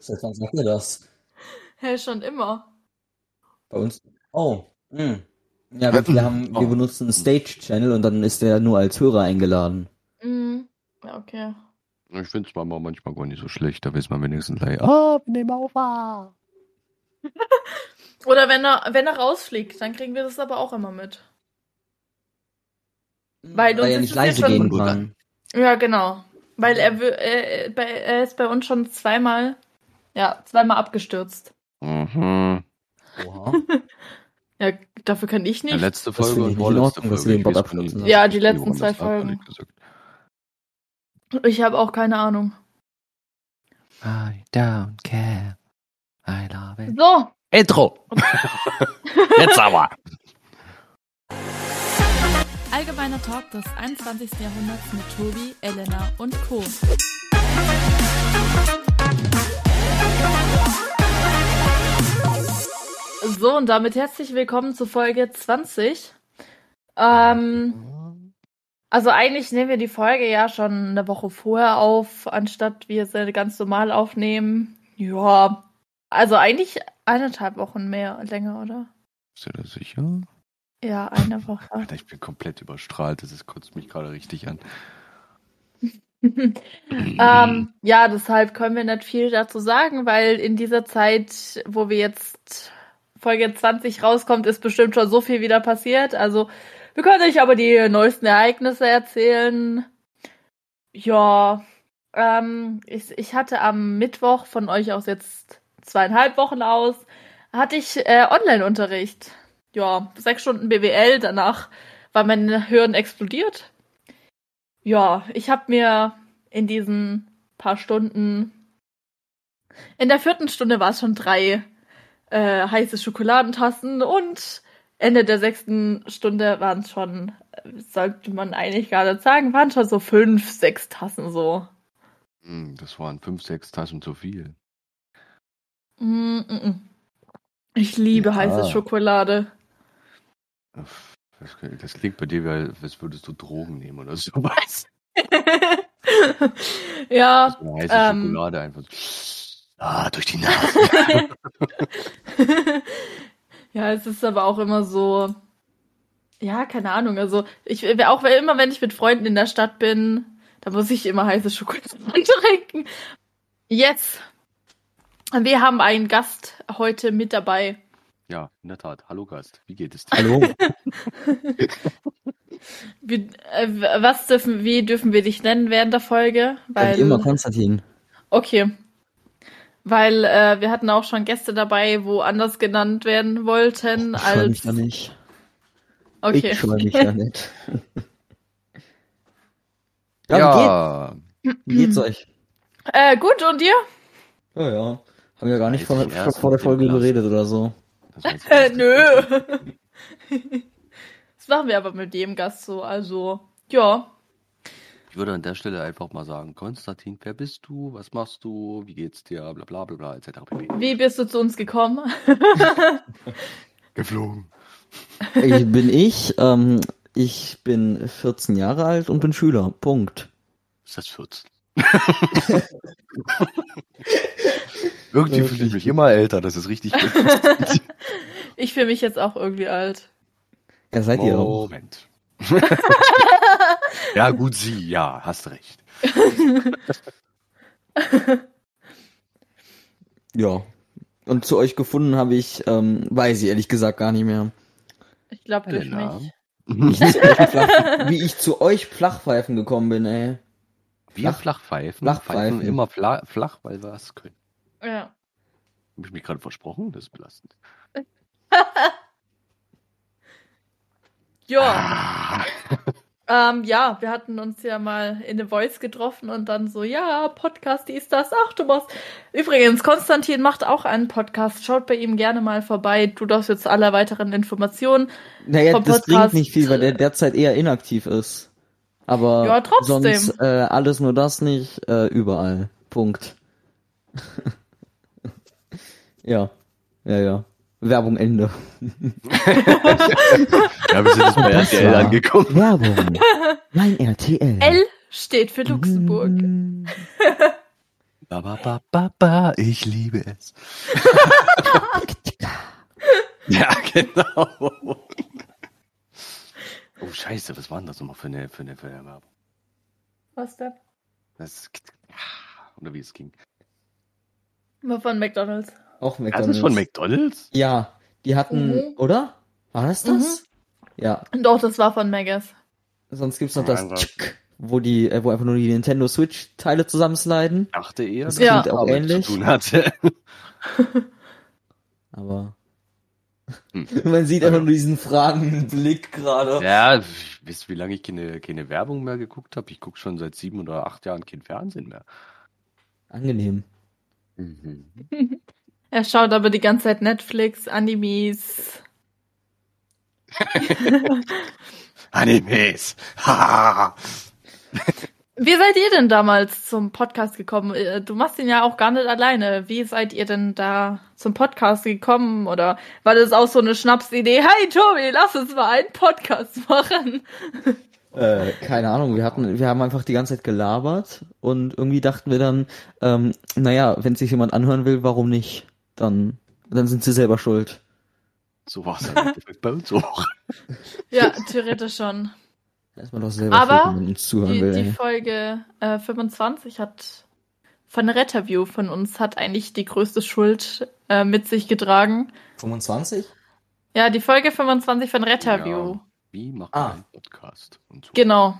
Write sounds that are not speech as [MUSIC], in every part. Seit wann sagt ihr das? Hä, schon immer. Bei uns. Oh. Mh. Ja, wir, wir, haben, wir benutzen einen Stage-Channel und dann ist der nur als Hörer eingeladen. Mhm. Ja, okay. Ich finde es manchmal, manchmal gar nicht so schlecht. Da weiß man wenigstens gleich, ah, wir nehmen auf. ah. Oder wenn er, wenn er rausfliegt, dann kriegen wir das aber auch immer mit. Weil uns er ist nicht es ja leise schon- gehen kann. Ja, genau. Weil er, wö- äh, bei, er ist bei uns schon zweimal, ja, zweimal abgestürzt. Mhm. Oha. Ja, dafür kann ich Ja, nicht. letzte Das Folge finde und ich nicht in vorletzte Ordnung, dass Folge. wir den Bot ich weiß von abstürzen Ihnen lassen. Ja, die nicht, letzten woran zwei das also, lag, ehrlich gesagt. Ich habe auch keine Ahnung. I don't care. I love it. So, Intro! [LAUGHS] Jetzt aber! Allgemeiner Talk des 21. Jahrhunderts mit Tobi, Elena und Co. so und damit herzlich willkommen zu Folge 20. Ähm, also eigentlich nehmen wir die Folge ja schon eine Woche vorher auf, anstatt wir sie ganz normal aufnehmen. Ja, also eigentlich eineinhalb Wochen mehr, länger, oder? Bist du da sicher? Ja, eine Woche. [LAUGHS] Alter, ich bin komplett überstrahlt. Das ist, kotzt mich gerade richtig an. Ähm, ja, deshalb können wir nicht viel dazu sagen, weil in dieser Zeit, wo wir jetzt Folge 20 rauskommt, ist bestimmt schon so viel wieder passiert. Also, wir können euch aber die neuesten Ereignisse erzählen. Ja, ähm, ich, ich hatte am Mittwoch von euch aus jetzt zweieinhalb Wochen aus, hatte ich äh, Online-Unterricht. Ja, sechs Stunden BWL, danach war mein Hirn explodiert. Ja, ich habe mir in diesen paar Stunden. In der vierten Stunde war es schon drei äh, heiße Schokoladentassen und Ende der sechsten Stunde waren es schon, äh, sollte man eigentlich gar nicht sagen, waren schon so fünf, sechs Tassen so. Hm, Das waren fünf, sechs Tassen zu viel. Mm -mm. Ich liebe Ja. heiße Schokolade. Uff, Das, das klingt bei dir, wie als würdest du Drogen nehmen oder [LAUGHS] sowas. ja, So eine heiße ähm. Schokolade einfach. so, Ah, durch die Nase. [LAUGHS] ja, es ist aber auch immer so. Ja, keine Ahnung. Also ich wer- auch wer- immer, wenn ich mit Freunden in der Stadt bin, da muss ich immer heiße Schokolade [LAUGHS] trinken. Jetzt. Wir haben einen Gast heute mit dabei. Ja, in der Tat. Hallo Gast, wie geht es [LAUGHS] dir? Hallo? Wie, äh, was dürfen, wie dürfen wir dich nennen während der Folge? Wie immer Konstantin. Okay. Weil äh, wir hatten auch schon Gäste dabei, wo anders genannt werden wollten Ich freue mich als. da nicht. Okay. Ich freue mich da [LAUGHS] nicht. ja, ja, Wie, geht, wie geht's euch? Äh, gut, und ihr? Ja, ja. Haben wir gar nicht Weiß vor, ich erst vor der mit dem Folge Glas. geredet oder so. das war jetzt- [LAUGHS] Äh, nö. das machen wir aber mit jedem Gast so. Also, ja. Ich würde an der Stelle einfach mal sagen, Konstantin, wer bist du? Was machst du? Wie geht's dir? Bla bla bla bla etc. pp. Wie bist du zu uns gekommen? Geflogen. Ich bin ich. Ähm, ich bin 14 Jahre alt und bin Schüler. Punkt. Ist das 14? [LAUGHS] Irgendwie fühle ich mich immer älter, das ist richtig [LAUGHS] gut. Ich fühle mich jetzt auch irgendwie alt. Ja, seid ihr auch. Moment. [LAUGHS] ja, gut, sie, ja, hast recht. Ja. Und zu euch gefunden habe ich, ähm, weiß ich ehrlich gesagt gar nicht mehr. Ich glaube durch Elena. mich. Mhm. Wie [LAUGHS] ich zu euch flach, wie ich zu euch Flachpfeifen gekommen bin, ey. Wir Flach- Flachpfeifen, Flachpfeifen. pfeifen immer fla flach, weil wir es können. Ja. Habe ich mich gerade versprochen? Das ist belastend. Ja. Ah. Ähm, ja, wir hatten uns ja mal in The Voice getroffen und dann so, ja, Podcast, die ist das. Ach, du machst. Übrigens, Konstantin macht auch einen Podcast. Schaut bei ihm gerne mal vorbei. Du darfst jetzt aller weiteren Informationen. Naja, Vom das Podcast. bringt nicht viel, weil der derzeit eher inaktiv ist. Aber Ja, trotzdem. sonst äh, alles nur das nicht, äh, überall. Punkt. [LAUGHS] ja. Ja, ja. Werbung Ende. Ja, wir sind [LAUGHS] jetzt bei Das RTL war angekommen. Werbung. Nein, RTL. Mhm. L steht für Luxemburg. Mm. Ba, ba, ba, ba, ba, ich liebe es. ja, genau. Oh, scheiße, was war denn das nochmal für eine, für eine, für eine Werbung? Was denn? Das, ah, oder wie es ging. War von McDonalds. Auch Das McDonalds. ist von McDonalds? Ja, die hatten, Mhm. oder? War das das? Ja, Doch, das war von Megas. sonst gibt's noch Ja, das also- Tschick, wo die, äh, wo einfach nur die Nintendo Switch Teile zusammensliden. Dachte eher, Das dass Ja. klingt auch Arbeit ähnlich, zu [LAUGHS] tun hatte. aber Hm. [LAUGHS] man sieht einfach Also. nur diesen fragenden Blick gerade. Ja, ich wisst, wie lange ich keine, keine Werbung mehr geguckt habe. Ich gucke schon seit sieben oder acht Jahren kein Fernsehen mehr. Angenehm. Er schaut aber die ganze Zeit Netflix, Animes. Animes. [LAUGHS] Hahaha. Wie seid ihr denn damals zum Podcast gekommen? Äh, Du machst ihn ja auch gar nicht alleine. Wie seid ihr denn da zum Podcast gekommen? Oder war das auch so eine Schnapsidee? Hey Tobi, lass uns mal einen Podcast [LAUGHS] machen. Äh, keine Ahnung, wir hatten, wir haben einfach die ganze Zeit gelabert und irgendwie dachten wir dann, ähm, naja, wenn sich jemand anhören will, warum nicht? Dann, dann sind sie selber schuld. so war [LAUGHS] es halt bei uns auch. Ja, theoretisch schon. Da ist man doch selber Aber schuld, wenn man uns zuhören Die, will. die ey. Folge äh, 25 hat von Retterview von uns hat eigentlich die größte Schuld äh, mit sich getragen. 25? Ja, die Folge 25 von Retterview. Ja. Wie macht Ah. man einen Podcast? Und so. Genau.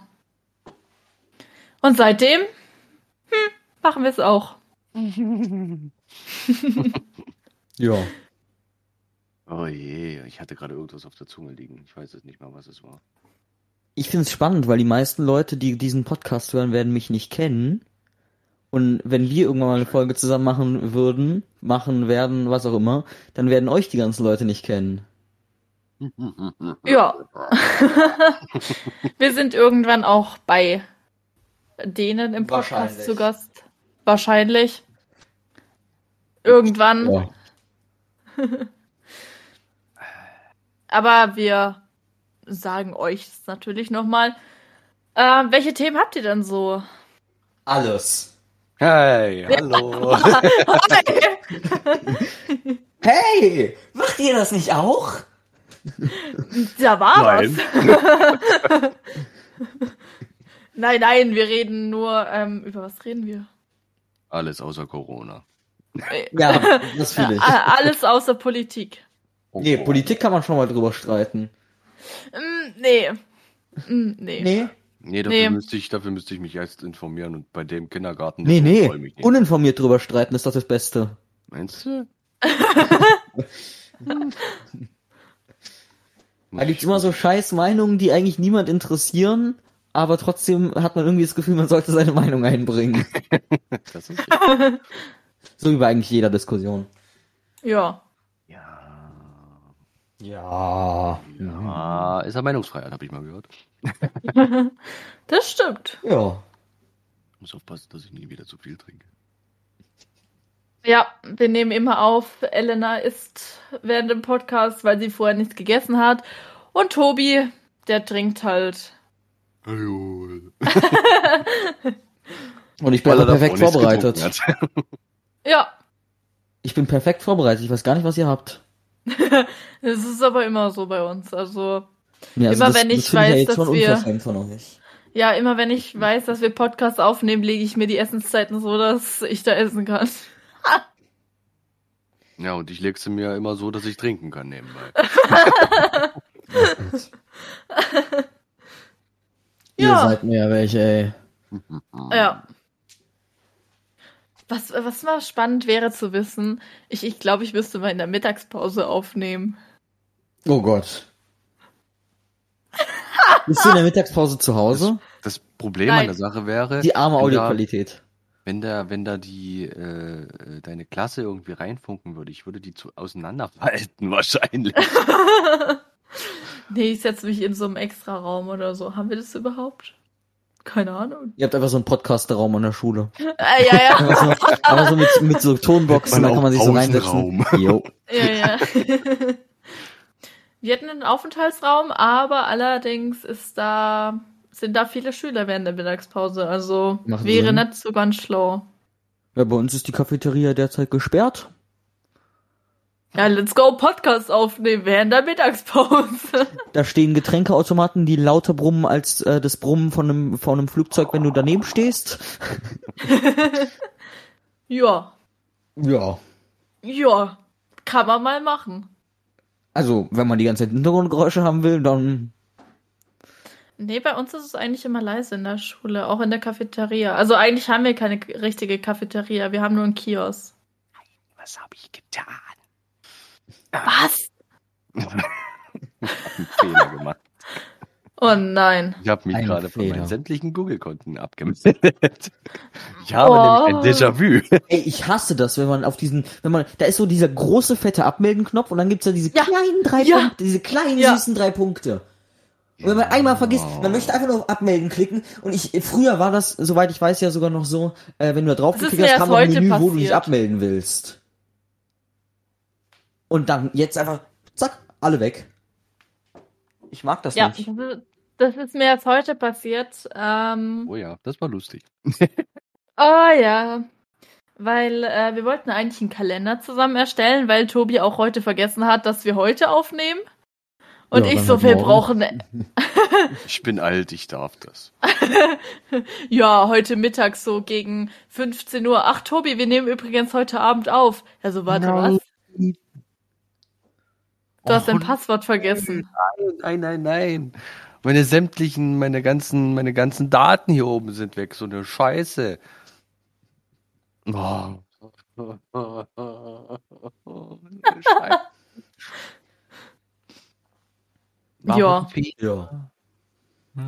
Und seitdem hm, machen wir es auch. Ja. Oh je, ich hatte gerade irgendwas auf der Zunge liegen. Ich weiß jetzt nicht mal, was es war. Ich finde es spannend, weil die meisten Leute, die diesen Podcast hören, werden mich nicht kennen. Und wenn wir irgendwann mal eine Folge zusammen machen würden, machen werden, was auch immer, dann werden euch die ganzen Leute nicht kennen. Ja. wir sind irgendwann auch bei denen im Podcast Wahrscheinlich. zu Gast. Wahrscheinlich. Irgendwann. Ja. [LAUGHS] Aber wir sagen euch das natürlich nochmal. Äh, welche Themen habt ihr denn so? Alles. Hey, hallo. Hey! Macht ihr das nicht auch? Da war Nein. was. [LAUGHS] Nein, nein, wir reden nur. Ähm, über was reden wir? Alles außer Corona. Ja, das fühle ich. A- Alles außer Politik. Oh, Nee, oh. Politik kann man schon mal drüber streiten. Mm, nee. Mm, nee. Nee. Nee, dafür, Nee. Müsste ich, dafür müsste ich mich erst informieren und bei dem Kindergarten. Nee, nee. Mich nicht. Uninformiert drüber streiten ist doch das Beste. Meinst du? [LAUGHS] Da gibt's immer so scheiß Meinungen, die eigentlich niemand interessieren, aber trotzdem hat man irgendwie das Gefühl, man sollte seine Meinung einbringen. Das ist so. So wie bei eigentlich jeder Diskussion. Ja. ja. Ja. Ja. ja. Ist ja Meinungsfreiheit, habe ich mal gehört. Das stimmt. Ja. Muss aufpassen, dass ich nie wieder zu viel trinke. Ja, wir nehmen immer auf, Elena isst während dem Podcast, weil sie vorher nichts gegessen hat. Und Tobi, der trinkt halt. Hallo. Und ich bin aber perfekt vorbereitet. Ja, Ich bin perfekt vorbereitet. Ich weiß gar nicht, was ihr habt. das ist aber immer so bei uns. Also, Ja, Immer wenn ich finde weiß, jetzt dass schon wir- unverschämt von euch. ja, immer wenn ich weiß, dass wir Podcasts aufnehmen, lege ich mir die Essenszeiten so, dass ich da essen kann. [LAUGHS] Ja, und ich leg sie mir immer so, dass ich trinken kann nebenbei. Ihr Ja. seid mir welche, ey. Ja. Was, was mal spannend wäre zu wissen, ich, ich glaube, ich müsste mal in der Mittagspause aufnehmen. Oh Gott. [LAUGHS] Bist du in der Mittagspause zu Hause? Das Problem Nein. an der Sache wäre, Die arme wenn da- Audioqualität. wenn da, wenn da die äh, äh, deine Klasse irgendwie reinfunken würde, ich würde die zu, auseinanderfalten [LAUGHS] wahrscheinlich. Nee, ich setze mich in so einem extra Raum oder so. Haben wir das überhaupt? Keine Ahnung. Ihr habt einfach so einen Podcast-Raum an der Schule. Äh, ja, ja. Aber so, aber so mit, mit so Tonboxen, Man da kann auch man sich so Pausenraum. reinsetzen. Jo. [LAUGHS] ja, ja. wir hatten einen Aufenthaltsraum, aber allerdings ist da, sind da viele Schüler während der Mittagspause. Also Macht wäre Sinn. nicht so ganz schlau. Ja, bei uns ist die Cafeteria derzeit gesperrt. Ja, let's go Podcast aufnehmen während der Mittagspause. [LAUGHS] Da stehen Getränkeautomaten, die lauter brummen als äh, das Brummen von einem, von einem Flugzeug, wenn du daneben stehst. ja, Ja. ja, kann man mal machen. Also, wenn man die ganze Zeit Hintergrundgeräusche haben will, dann Nee, bei uns ist es eigentlich immer leise in der Schule, auch in der Cafeteria. Also eigentlich haben wir keine k- richtige Cafeteria, wir haben nur einen Kiosk. Was habe ich getan? Was? Einen Fehler gemacht. Oh nein. Ich habe mich Ein gerade von Fehler. meinen sämtlichen Google-Konten abgemeldet. [LAUGHS] Ich habe Oh. nämlich ein Déjà-vu. Ey, ich hasse das, wenn man auf diesen, wenn man, da ist so dieser große fette Abmelden-Knopf und dann gibt's da diese Ja. kleinen drei Ja. Punkte, diese kleinen Ja. süßen drei Punkte. Und wenn man einmal vergisst, man möchte einfach nur auf Abmelden klicken und ich, früher war das, soweit ich weiß, ja sogar noch so, äh, wenn du da drauf Das ist geklickt mir hast, erst kam noch ein heute Menü, wo du dich passiert. abmelden willst. Und dann jetzt einfach, zack, alle weg. Ich mag das Ja, nicht. das ist- das ist mir jetzt heute passiert. Ähm, Oh ja, das war lustig. Oh ja. Weil äh, wir wollten eigentlich einen Kalender zusammen erstellen, weil Tobi auch heute vergessen hat, dass wir heute aufnehmen. Und Ja, ich dann so halt viel morgen. brauchen. Ich bin alt, ich darf das. Ja, heute Mittag so gegen 15 Uhr. Ach, Tobi, wir nehmen übrigens heute Abend auf. Also warte, Nein. was? Du hast dein Passwort vergessen. Nein, nein, nein. Meine sämtlichen, meine ganzen, meine ganzen Daten hier oben sind weg. So eine Scheiße. [LAUGHS] Oh. Scheiße. Warum Ja. fehlt- Ja.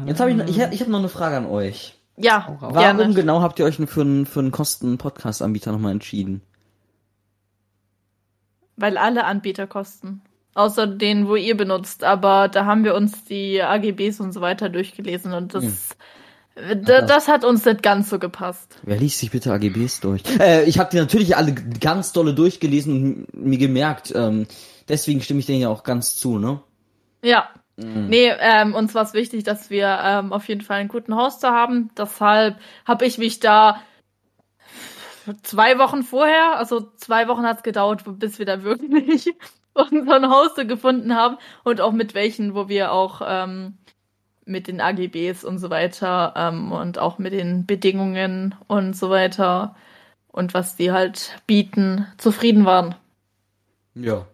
Jetzt habe ich, noch- ich, hab- ich habe noch eine Frage an euch. Ja, Hau raus. Warum gerne. genau habt ihr euch für einen, für einen Kosten-Podcast-Anbieter nochmal entschieden? Weil alle Anbieter kosten. Außer den, wo ihr benutzt. Aber da haben wir uns die AGBs und so weiter durchgelesen und das, Hm. d- das hat uns nicht ganz so gepasst. Wer liest sich bitte AGBs durch? Äh, ich habe die natürlich alle ganz dolle durchgelesen und mir gemerkt. Ähm, deswegen stimme ich denen ja auch ganz zu, ne? Ja. Mhm. Nee, ähm, uns war es wichtig, dass wir ähm, auf jeden Fall einen guten Hoster haben. Deshalb habe ich mich da zwei Wochen vorher, also zwei Wochen hat es gedauert, bis wir da wirklich [LAUGHS] unseren Hoster gefunden haben und auch mit welchen, wo wir auch ähm, mit den AGBs und so weiter ähm, und auch mit den Bedingungen und so weiter und was die halt bieten, zufrieden waren. Ja.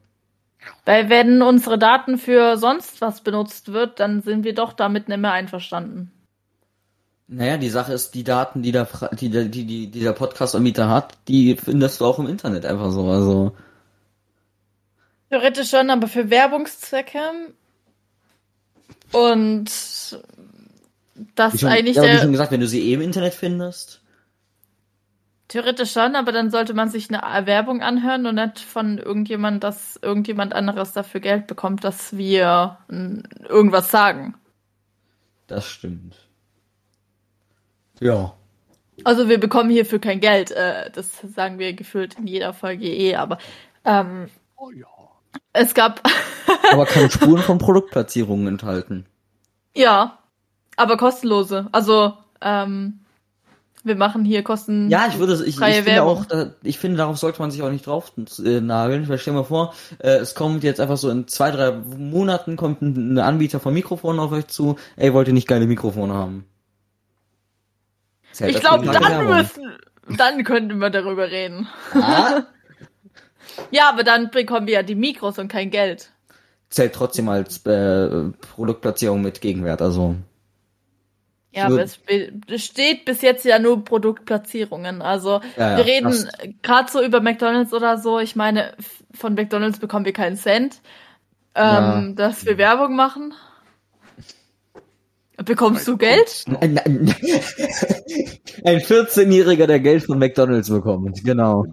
Weil wenn unsere Daten für sonst was benutzt wird, dann sind wir doch damit nicht mehr einverstanden. Naja, die Sache ist, die Daten, die der, Fra- die, der- die, die, die der Podcast-Anbieter hat, die findest du auch im Internet einfach so. Also, Theoretisch schon, aber für Werbungszwecke und das wie ist schon, eigentlich ja, aber wie der, schon gesagt, wenn du sie eh im Internet findest. theoretisch schon, aber dann sollte man sich eine Werbung anhören und nicht von irgendjemand, dass irgendjemand anderes dafür Geld bekommt, dass wir mm, irgendwas sagen. Das stimmt. Ja. Also wir bekommen hierfür kein Geld, äh, das sagen wir gefühlt in jeder Folge eh, aber ähm, Oh ja. es gab Aber keine Spuren von Produktplatzierungen enthalten. Ja, aber kostenlose. Also, ähm, wir machen hier kosten. Ja, ich würde, ich, ich Hm. freie finde Werbung. auch, da, ich finde, darauf sollte man sich auch nicht drauf äh, nageln. Weil stell mal vor, äh, es kommt jetzt einfach so in zwei, drei Monaten kommt ein, ein Anbieter von Mikrofonen auf euch zu. Ey, wollt ihr nicht geile Mikrofone haben? Zählt ich das glaube, gegen dann Werbung? müssen, dann könnten wir darüber reden. Ah, Ja, aber dann bekommen wir ja die Mikros und kein Geld. zählt trotzdem als äh, Produktplatzierung mit Gegenwert. Also Ja, Gut. aber es be- steht bis jetzt ja nur Produktplatzierungen. Also Ja, ja, wir reden passt. gerade so über McDonalds oder so. Ich meine, f- von McDonalds bekommen wir keinen Cent, ähm, dass wir Werbung machen. Bekommst du Geld? ein, ein, [LAUGHS] ein 14-Jähriger, der Geld von McDonalds bekommt. Genau.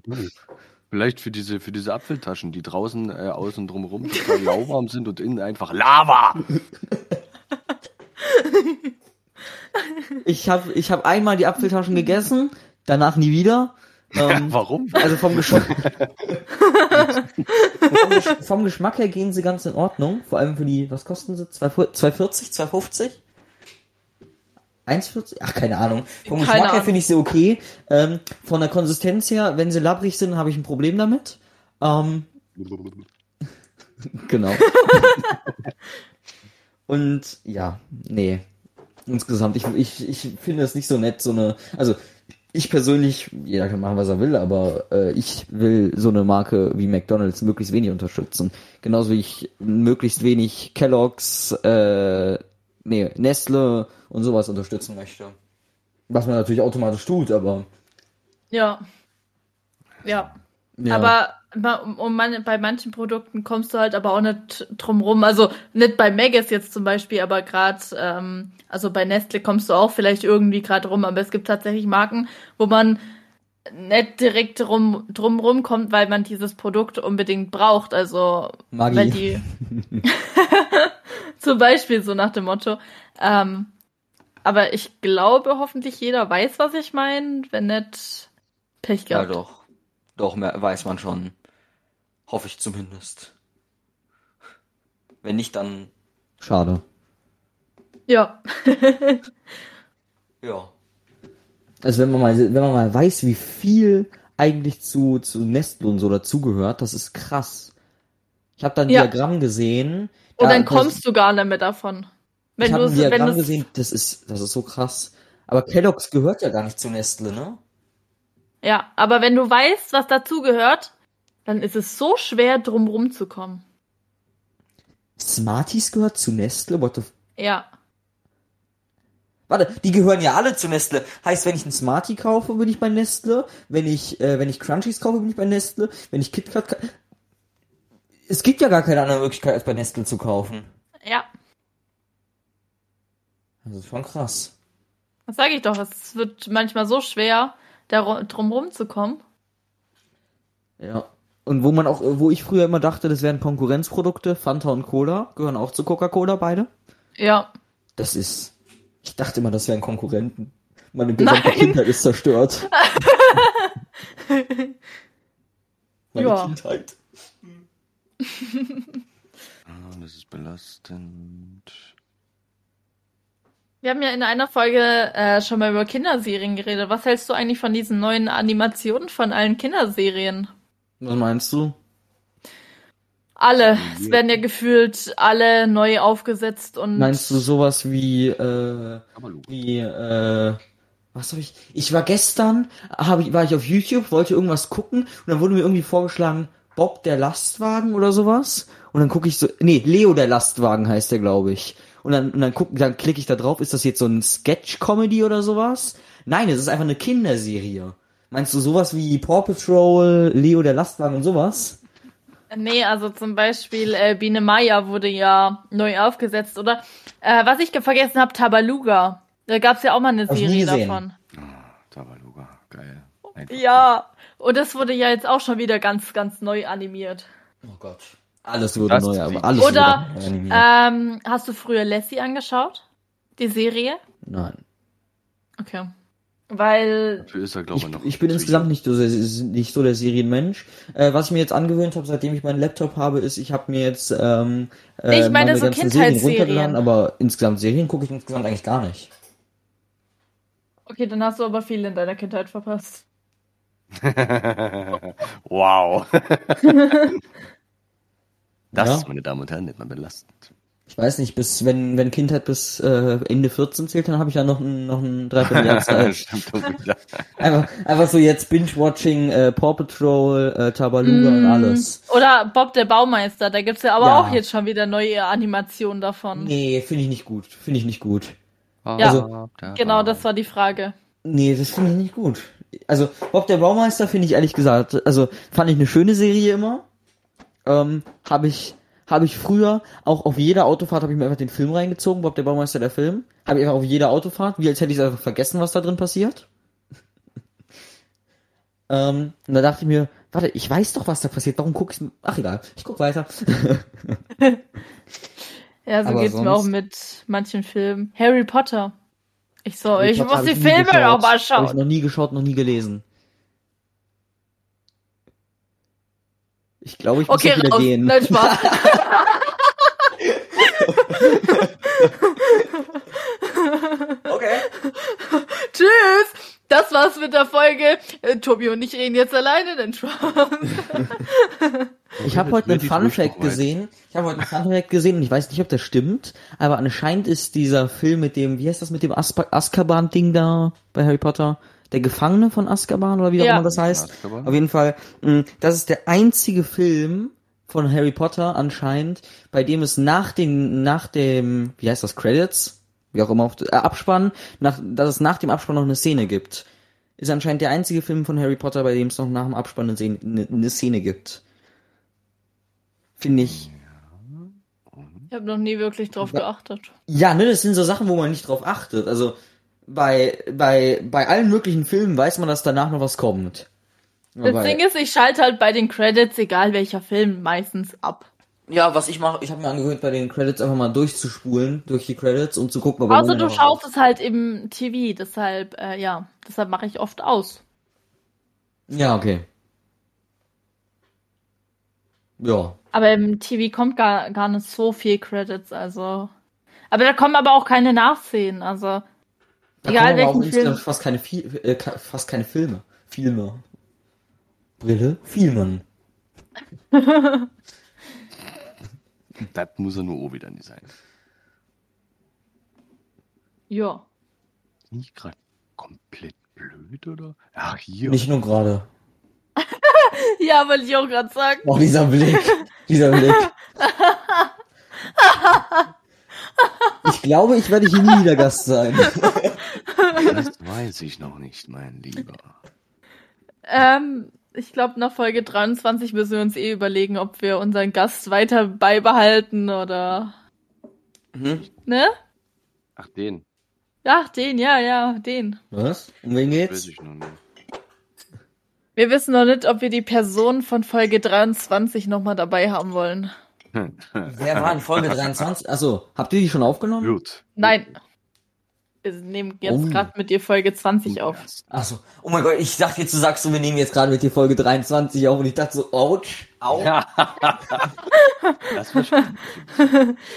Vielleicht für diese, für diese Apfeltaschen, die draußen äh, außen drumherum total lauwarm sind und innen einfach Lava. Ich habe ich hab einmal die Apfeltaschen gegessen, danach nie wieder. Ähm, Warum? Also vom Geschmack. [LAUGHS] vom, Gesch vom Geschmack her gehen sie ganz in Ordnung. Vor allem für die, was kosten sie? 2,40, 2,50? 1,40? Ach, keine Ahnung. Vom Keine Geschmack her Ahnung. finde ich sie okay. Ähm, von der Konsistenz her, wenn sie labbrig sind, habe ich ein Problem damit. Ähm, [LAUGHS] [LAUGHS] genau. Und ja, nee. Insgesamt, ich, ich, ich finde es nicht so nett, so eine. Also, ich persönlich, jeder kann machen, was er will, aber äh, ich will so eine Marke wie McDonalds möglichst wenig unterstützen. Genauso wie ich möglichst wenig Kellogg's, äh, nee, Nestle und sowas unterstützen möchte. Was man natürlich automatisch tut, aber. Ja. Ja. Ja. Aber ma- um, um, man- bei manchen Produkten kommst du halt aber auch nicht drum rum. Also nicht bei Megas jetzt zum Beispiel, aber gerade, ähm, also bei Nestle kommst du auch vielleicht irgendwie gerade rum. Aber es gibt tatsächlich Marken, wo man nicht direkt drum, drum rum kommt, weil man dieses Produkt unbedingt braucht. Also Maggi. weil die zum Beispiel so nach dem Motto. Ähm, aber ich glaube, hoffentlich jeder weiß, was ich meine. Wenn nicht, Pech Ja, gehabt. doch. Doch, mehr weiß man schon. Hoffe ich zumindest. Wenn nicht, dann, Schade. Ja. ja. Also wenn man mal, wenn man mal weiß, wie viel eigentlich zu, zu Nestle und so dazugehört, das ist krass. Ich habe da ein Ja. Diagramm gesehen. Und da- dann das- kommst du gar nicht mehr davon. Wenn ich du habe ein wenn Diagramm du's- gesehen, das ist, das ist so krass. Aber Kellogg's gehört ja gar nicht zu Nestle, ne? Ja, aber wenn du weißt, was dazugehört, dann ist es so schwer, drum rumzukommen. Smarties gehört zu Nestle? What the f Ja. Warte, die gehören ja alle zu Nestle. Heißt, wenn ich einen Smartie kaufe, bin ich bei Nestle. Wenn ich, äh, wenn ich Crunchies kaufe, bin ich bei Nestle. Wenn ich KitKat ka- Es gibt ja gar keine andere Möglichkeit, als bei Nestle zu kaufen. Ja. Das ist schon krass. Das sage ich doch. Es wird manchmal so schwer, da ru- drum rumzukommen. Ja. Und wo man auch, wo ich früher immer dachte, das wären Konkurrenzprodukte, Fanta und Cola, gehören auch zu Coca-Cola beide. Ja. Das ist. Ich dachte immer, das wären Konkurrenten. Meine gesamte Nein. Kindheit ist [LAUGHS] zerstört. Meine Ja. Kindheit. Ah, Das ist belastend. Wir haben ja in einer Folge äh, schon mal über Kinderserien geredet. Was hältst du eigentlich von diesen neuen Animationen von allen Kinderserien? Was meinst du? Alle. Es werden ja gefühlt alle neu aufgesetzt und. Meinst du sowas wie, äh, Aber Lu- wie, äh, was habe ich? Ich war gestern, hab ich, war ich auf YouTube, wollte irgendwas gucken und dann wurde mir irgendwie vorgeschlagen, Bob der Lastwagen oder sowas. Und dann gucke ich so, nee, Leo der Lastwagen heißt der, glaube ich. Und dann, und dann guck, dann klicke ich da drauf, ist das jetzt so ein Sketch-Comedy oder sowas? Nein, es ist einfach eine Kinderserie. Meinst du sowas wie Paw Patrol, Leo der Lastwagen und sowas? Nee, also zum Beispiel äh, Biene Maya wurde ja neu aufgesetzt, oder? Äh, was ich ge- vergessen habe, Tabaluga. Da gab's ja auch mal eine Hab ich nie Serie gesehen. davon. Tabaluga, geil. Einfach. Ja, und das wurde ja jetzt auch schon wieder ganz, ganz neu animiert. Oh Gott. Alles wurde Das neu, klingt- aber alles Oder, wurde neu animiert. Ähm, hast du früher Lassie angeschaut? Die Serie? Nein. Okay. Weil, Dafür ist er, glaube Ich, ich, noch. ich bin zu insgesamt jung. nicht so, sehr- nicht so der Serienmensch. Äh, was ich mir jetzt angewöhnt habe, seitdem ich meinen Laptop habe, ist, ich habe mir jetzt ähm, Nee, ich meine so ganzen Kindheitsserien. aber insgesamt Serien gucke ich insgesamt eigentlich gar nicht. okay, dann hast du aber viel in deiner Kindheit verpasst. [LAUGHS] wow. das, Ja. meine Damen und Herren, nennt man [LAUGHS] belastend. Ich weiß nicht, bis wenn wenn Kindheit bis äh, Ende 14 zählt, dann habe ich ja noch ein noch ein Dreivierteljahr [LAUGHS] Zeit. Stimmt doch wieder. einfach, einfach so jetzt Binge-Watching, äh, Paw Patrol, äh, Tabaluga und Mm, alles. Oder Bob der Baumeister, da gibt's ja aber Ja. auch jetzt schon wieder neue Animationen davon. Nee, finde ich nicht gut. Finde ich nicht gut. Also, Genau, das war die Frage. Nee, das finde ich nicht gut. Also, Bob der Baumeister finde ich ehrlich gesagt, also fand ich eine schöne Serie immer. Ähm, habe ich, habe ich früher auch auf jeder Autofahrt habe ich mir einfach den Film reingezogen, Bob der Baumeister der Film. Habe ich einfach auf jeder Autofahrt, wie als hätte ich es einfach vergessen, was da drin passiert. [LAUGHS] ähm, und da dachte ich mir, warte, ich weiß doch, was da passiert, warum gucke ich, ach egal, ich guck weiter. Ja, so Aber geht's mir auch sonst- mit manchen Filmen. Harry Potter. Ich so, Harry ich Potter muss hab die nie Filme geschaut. noch mal Hab ich schauen. noch nie geschaut, noch nie gelesen. Ich glaube, ich muss Okay, jetzt wieder raus. gehen. Nein, Spaß. Okay. Tschüss. Das war's mit der Folge. Äh, Tobi und ich reden jetzt alleine, denn schon. [LAUGHS] Ich habe heute einen Funfact gesehen. Ich habe heute einen Funfact gesehen und ich weiß nicht, ob das stimmt, aber anscheinend ist dieser Film mit dem, wie heißt das mit dem Aspa- Azkaban-Ding da bei Harry Potter? Der Gefangene von Azkaban oder wie auch Ja. immer das heißt. Azkaban? Auf jeden Fall, mh, das ist der einzige Film von Harry Potter anscheinend, bei dem es nach den, nach dem, wie heißt das, Credits? Wie auch immer, auf- äh, Abspann, nach, dass es nach dem Abspann noch eine Szene gibt. Ist anscheinend der einzige Film von Harry Potter, bei dem es noch nach dem Abspann eine Szene, eine, eine Szene gibt. Finde ich. Ich habe noch nie wirklich drauf geachtet. Ja, ne, das sind so Sachen, wo man nicht drauf achtet. Also bei, bei, bei allen möglichen Filmen weiß man, dass danach noch was kommt. Das Ding ist, ich schalte halt bei den Credits, egal welcher Film, meistens ab. ja, was ich mache, ich habe mir angewöhnt, bei den Credits einfach mal durchzuspulen, durch die Credits, um zu gucken, ob Außer man du noch- schaust es halt im TV, deshalb, äh, ja, deshalb mache ich oft aus. Ja, okay. Ja. Aber im TV kommt gar, gar nicht so viel Credits, also. Aber da kommen aber auch keine Nachsehen, also. Da Egal kommen aber welchen auch insgesamt Film. Fast keine, Fi äh, ka- fast keine Filme. Filme. Brille? Filmen. Das muss ja nur O wieder nicht sein. Ja. Nicht gerade komplett blöd, oder? Ach, hier. Nicht nur gerade. [LAUGHS] Ja, wollte ich auch gerade sagen. Oh, dieser [LAUGHS] Blick. Dieser Blick. Ich glaube, ich werde hier nie wieder Gast sein. Das weiß ich noch nicht, mein Lieber. Ähm, ich glaube, nach Folge 23 müssen wir uns eh überlegen, ob wir unseren Gast weiter beibehalten oder. Mhm. Ne? Ach, den. Ach, den, ja, ja, den. Was? Um wen Weiß geht's? ich noch nicht. Wir wissen noch nicht, ob wir die Person von Folge 23 nochmal dabei haben wollen. Wer war in Folge 23? Achso, habt ihr die schon aufgenommen? Gut. Nein. Wir nehmen jetzt Oh. gerade mit dir Folge 20 auf. Achso. Oh mein Gott, ich dachte jetzt, du sagst, so, wir nehmen jetzt gerade mit dir Folge 23 auf und ich dachte so, ouch, au. [LAUGHS] Das war schon.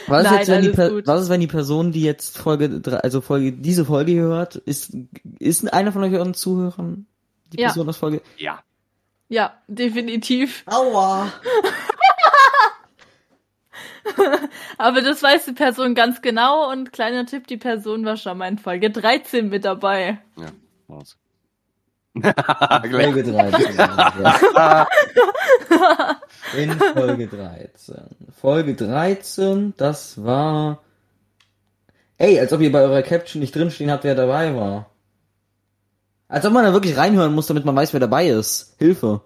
Was, ist Nein, jetzt, wenn die alles Per- gut. was ist, wenn die Person, die jetzt Folge, drei- also Folge, diese Folge hier hört, ist, ist einer von euch euren Zuhörern? Die Ja. Person aus Folge. Ja. Ja, definitiv. Aua! Aber das weiß die Person ganz genau und kleiner Tipp, die Person war schon mal in Folge 13 mit dabei. Ja, [LAUGHS] war's. Folge 13. ja. In Folge 13. Folge 13, das war. Ey, als ob ihr bei eurer Caption nicht drinstehen habt, wer dabei war. Als ob man da wirklich reinhören muss, damit man weiß, wer dabei ist. Hilfe.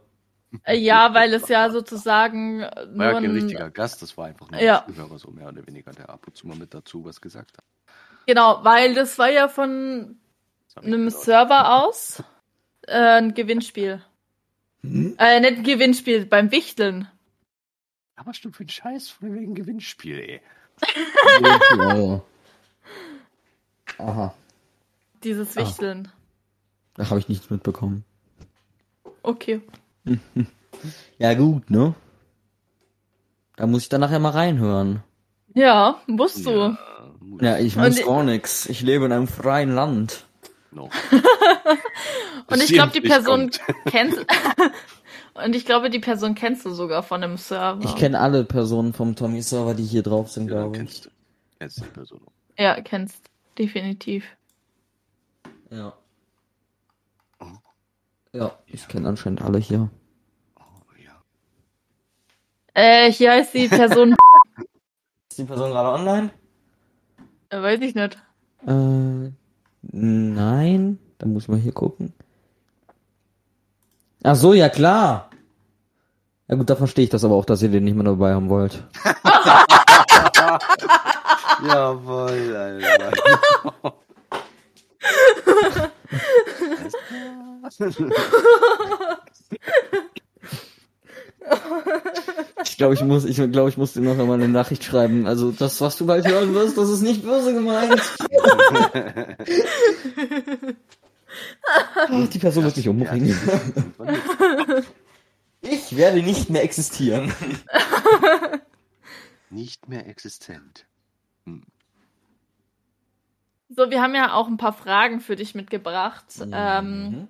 Äh, ja, weil es ja sozusagen äh, nur War ja kein ein, richtiger Gast, das war einfach nur Ja. ein Zuhörer, so mehr oder weniger, der ab und zu mal mit dazu was gesagt hat. Genau, weil das war ja von Das hab ich einem gedacht. Server aus äh, ein Gewinnspiel. Hm? Äh, nicht ein Gewinnspiel, beim Wichteln. Ja, was du für ein Scheiß von wegen Gewinnspiel, ey. Euro. Aha, Dieses Ah. Wichteln. da habe ich nichts mitbekommen. Okay. Ja gut, ne? Da muss ich dann nachher mal reinhören. Ja, musst du. Ja, muss Ja, ich Und muss ich- gar nix. Ich lebe in einem freien Land. noch. [LAUGHS] Und Bis ich glaube, die Impfpflicht Person kommt. kennst [LAUGHS] Und ich glaube, die Person kennst du sogar von dem Server. Ich kenne alle Personen vom Tommy-Server, die hier drauf sind, Ja, glaube ich. kennst du. Kennst die Person noch. Ja, kennst. Definitiv. Ja. Ja, ich kenne anscheinend alle hier. Oh, ja. Äh, hier heißt die [LAUGHS] Person. Ist die Person gerade online? äh, weiß ich nicht. Äh, nein. Dann muss man hier gucken. Ach so, ja klar. Ja gut, da verstehe ich das aber auch, dass ihr den nicht mehr dabei haben wollt. Jawohl, [LAUGHS] Alter. Ich glaube, ich muss, ich glaube, ich muss dir noch einmal eine Nachricht schreiben. Also das, was du bald hören wirst, das ist nicht böse [LAUGHS] gemeint. Ach, die Person wird dich umbringen. Ich werde nicht mehr existieren. Nicht mehr existent. So, wir haben ja auch ein paar Fragen für dich mitgebracht. Ähm, Mhm.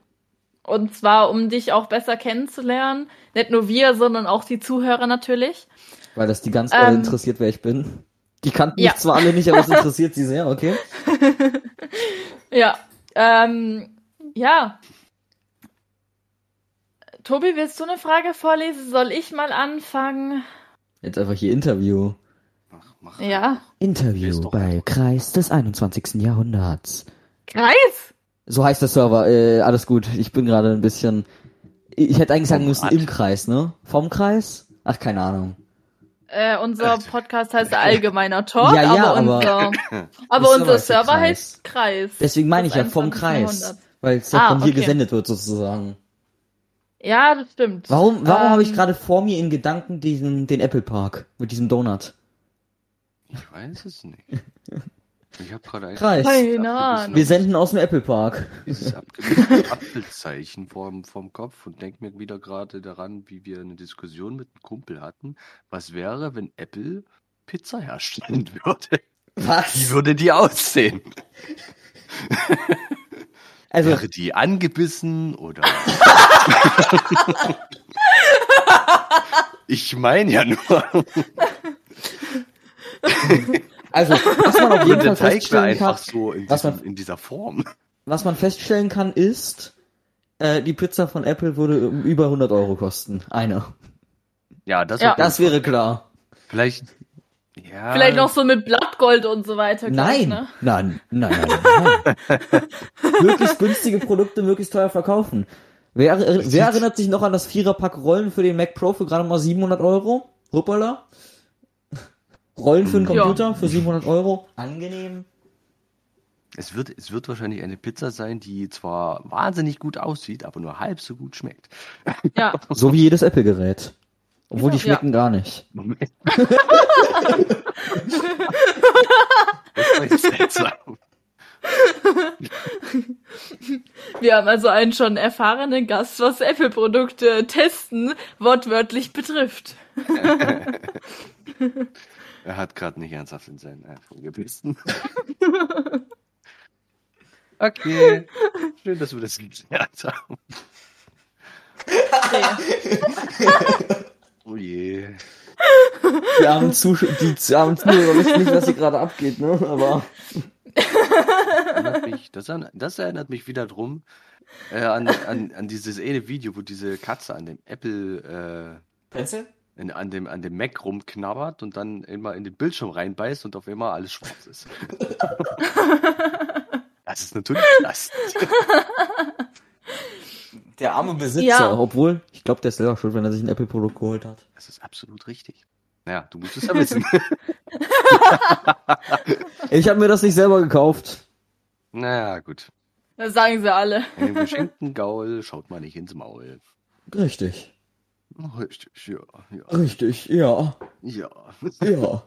und zwar, um dich auch besser kennenzulernen. Nicht nur wir, sondern auch die Zuhörer natürlich. Weil das die ganz alle Ähm. interessiert, wer ich bin. Die kannten Ja. mich zwar alle nicht, aber [LAUGHS] es interessiert sie sehr, okay? Ja. Ähm, ja. Tobi, willst du eine Frage vorlesen? Soll ich mal anfangen? Jetzt einfach hier Interview. Mach, mach. Ja. Ist Interview doch- bei Kreis des 21. Jahrhunderts. Kreis? So heißt der Server. Äh, alles gut. Ich bin gerade ein bisschen. Ich hätte eigentlich sagen Vom müssen Rad. im Kreis, ne? Vom Kreis? Ach, keine Ahnung. Äh, unser [LAUGHS] Podcast heißt Allgemeiner Talk, Ja, ja, aber, aber- [LAUGHS] unser, Der aber unser Server Server heißt heißt Kreis. Deswegen meine des ich ja vom 21. Kreis. Jahrhunderts. Weil es ja Ah, von hier okay. gesendet wird sozusagen. Ja, das stimmt. Warum, warum Ähm, habe ich gerade vor mir in Gedanken diesen, den Apple Park mit diesem Donut? Ich weiß es nicht. Ich habe gerade ein Kreis. Keine Ahnung. Wir senden aus dem Apple Park. [LAUGHS] dieses abgelegte Apfelzeichen vorm, vorm Kopf und denke mir wieder gerade daran, wie wir eine Diskussion mit einem Kumpel hatten. Was wäre, wenn Apple Pizza herstellen würde? Wie Was? würde die aussehen? Also, Wäre die angebissen [LAUGHS] oder? ich meine ja nur, also, was man auf jeden Fall der Teig wäre feststellen kann, einfach so in, was diesem, man- in dieser Form. was man feststellen kann, ist, äh, die Pizza von Apple würde um über 100 Euro kosten. Eine. Ja, das, Ja. auf jeden Das wäre klar. Vielleicht. Ja. Vielleicht noch so mit Blattgold und so weiter. gleich, Nein. ne? nein, nein, nein, nein, [LAUGHS] nein. möglichst günstige Produkte möglichst teuer verkaufen. Wer, wer erinnert sich noch an das Viererpack Rollen für den Mac Pro für gerade mal 700 Euro? Hoppala. Rollen für den Ja. Computer für 700 Euro? Angenehm. Es wird, es wird wahrscheinlich eine Pizza sein, die zwar wahnsinnig gut aussieht, aber nur halb so gut schmeckt. Ja. So wie jedes Apple-Gerät. Obwohl die Ja. schmecken gar nicht. Moment. das war jetzt seltsam. Wir haben also einen schon erfahrenen Gast, was Apple-Produkte testen wortwörtlich betrifft. Er hat gerade nicht ernsthaft in seinen iPhone gebissen. okay. Schön, dass wir das geklärt haben. Okay. Oh je. Die armen, Zusch die z- armen Zuhörer wissen nicht, was hier gerade abgeht, ne? Aber erinnert mich, das, erinner- das erinnert mich wieder drum äh, an, an, an dieses eine Video, wo diese Katze an dem Apple, Pencil? äh, in, an, dem, an dem Mac rumknabbert und dann immer in den Bildschirm reinbeißt und auf einmal alles schwarz ist. das ist natürlich krass. Der arme Besitzer. Ja. obwohl, ich glaube, der ist selber schuld, wenn er sich ein Apple-Produkt geholt hat. Das ist absolut richtig. Naja, du musst es ja wissen. Ich habe mir das nicht selber gekauft. naja, gut. Das sagen sie alle. Einem geschenkten Gaul schaut man nicht ins Maul. Richtig. Richtig, ja, ja, Richtig, ja. ja. Ja.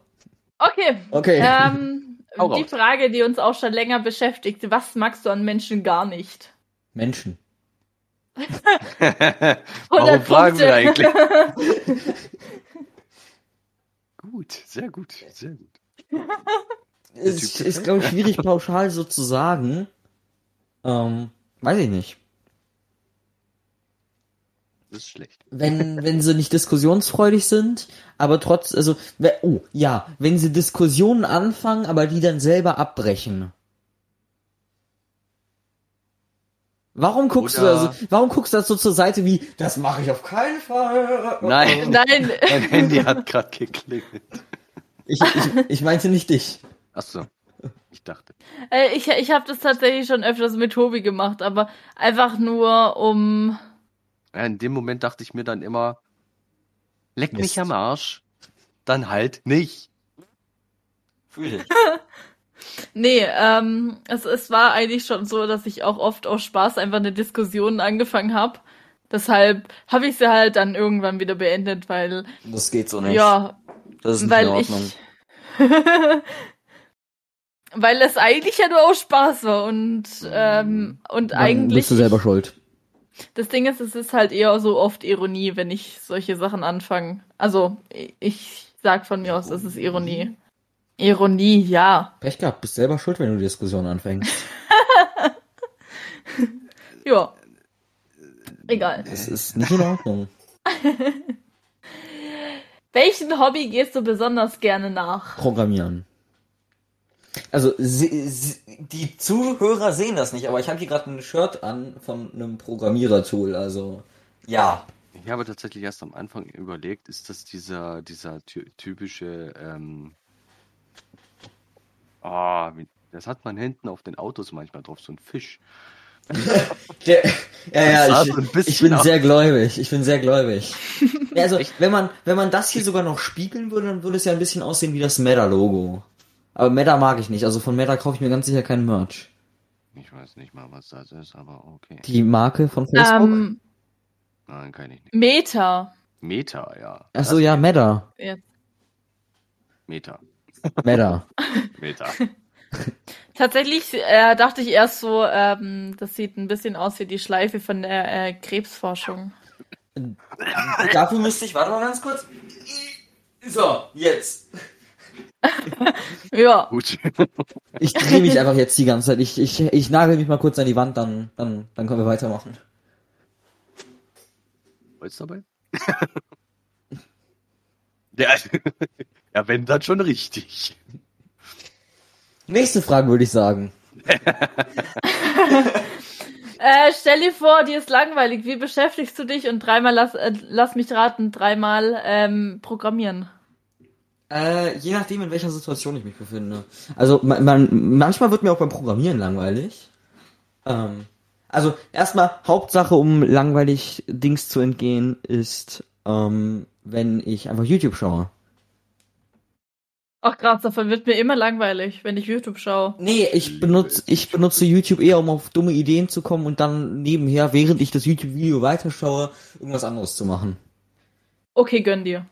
Okay. Okay. Ähm, [LAUGHS] Hau raus. die Frage, die uns auch schon länger beschäftigt, was magst du an Menschen gar nicht? Menschen. Warum fragen wir Punkte. eigentlich? [LAUGHS] gut, sehr gut, sehr gut. Ist, ist glaube ich, schwierig pauschal so zu sagen. Ähm, weiß ich nicht. Das ist schlecht. wenn, wenn sie nicht diskussionsfreudig sind, aber trotz, also, we- oh, ja, wenn sie Diskussionen anfangen, aber die dann selber abbrechen. Warum guckst Oder- du also, warum guckst du das so zur Seite wie, das mache ich auf keinen Fall? [LAUGHS] [LAUGHS] Nein, Nein, mein Handy hat gerade geklingelt. Ich, ich, ich meinte nicht dich. Achso, ich dachte. äh, ich, ich habe das tatsächlich schon öfters mit Tobi gemacht, aber einfach nur um. Ja, in dem Moment dachte ich mir dann immer, leck Mist. mich am Arsch, dann halt nicht. Fühl dich. Nee, ähm, es, es war eigentlich schon so, dass ich auch oft aus Spaß einfach eine Diskussion angefangen habe. Deshalb habe ich sie halt dann irgendwann wieder beendet, weil Das geht so nicht. ja, Das ist nicht in weil ich Ordnung. [LAUGHS] weil es eigentlich ja nur aus Spaß war und ähm, und eigentlich bist du selber schuld. das Ding ist, es ist halt eher so oft Ironie, wenn ich solche Sachen anfange. Also ich- ich sag von mir aus, es ist Ironie. Ironie, ja. Pech gehabt, bist selber schuld, wenn du die Diskussion anfängst. Ja. Egal. Das ist nicht in Ordnung. Welchen Hobby gehst du besonders gerne nach? Programmieren. Also, sie, sie, die Zuhörer sehen das nicht, aber ich habe hier gerade ein Shirt an von einem Programmierertool, also. Ja. Ich habe tatsächlich erst am Anfang überlegt, ist das dieser, dieser ty typische, ähm, ah, wie- das hat man hinten auf den Autos manchmal drauf, so ein Fisch. Der, ja, ja, Das ich, sah so ein bisschen ich bin aus. sehr gläubig. Ich bin sehr gläubig. ja, also, wenn man, wenn man das hier sogar noch spiegeln würde, dann würde es ja ein bisschen aussehen wie das Meta-Logo. Aber Meta mag ich nicht. Also von Meta kaufe ich mir ganz sicher keinen Merch. Ich weiß nicht mal, was das ist, aber okay. Die Marke von Facebook? Ähm, Nein, kann ich nicht. Meta. Meta, ja. Also Ach so, ja, Meta. Jetzt. Meta. Meta. [LAUGHS] Meta. Tatsächlich äh, dachte ich erst so, ähm, das sieht ein bisschen aus wie die Schleife von der äh, Krebsforschung. Dafür müsste ich, warte mal ganz kurz. So, jetzt. Ja, Gut. Ich drehe mich einfach jetzt die ganze Zeit. Ich, ich, ich nagel mich mal kurz an die Wand, dann, dann, dann können wir weitermachen. Holz [LAUGHS] dabei? [LAUGHS] ja, ja, wenn dann schon richtig. [LAUGHS] Nächste Frage würde ich sagen. äh, stell dir vor, dir ist langweilig. Wie beschäftigst du dich? Und dreimal, lass, äh, lass mich raten, dreimal ähm, programmieren. Äh, je nachdem, in welcher Situation ich mich befinde. Also man, man, manchmal wird mir auch beim Programmieren langweilig. Ähm, also erstmal Hauptsache, um langweilig Dings zu entgehen, ist, ähm, wenn ich einfach YouTube schaue. Ach krass, davon wird mir immer langweilig, wenn ich YouTube schaue. Nee, ich benutze, ich benutze YouTube eher, um auf dumme Ideen zu kommen und dann nebenher, während ich das YouTube-Video weiterschaue, irgendwas anderes zu machen. Okay, gönn dir.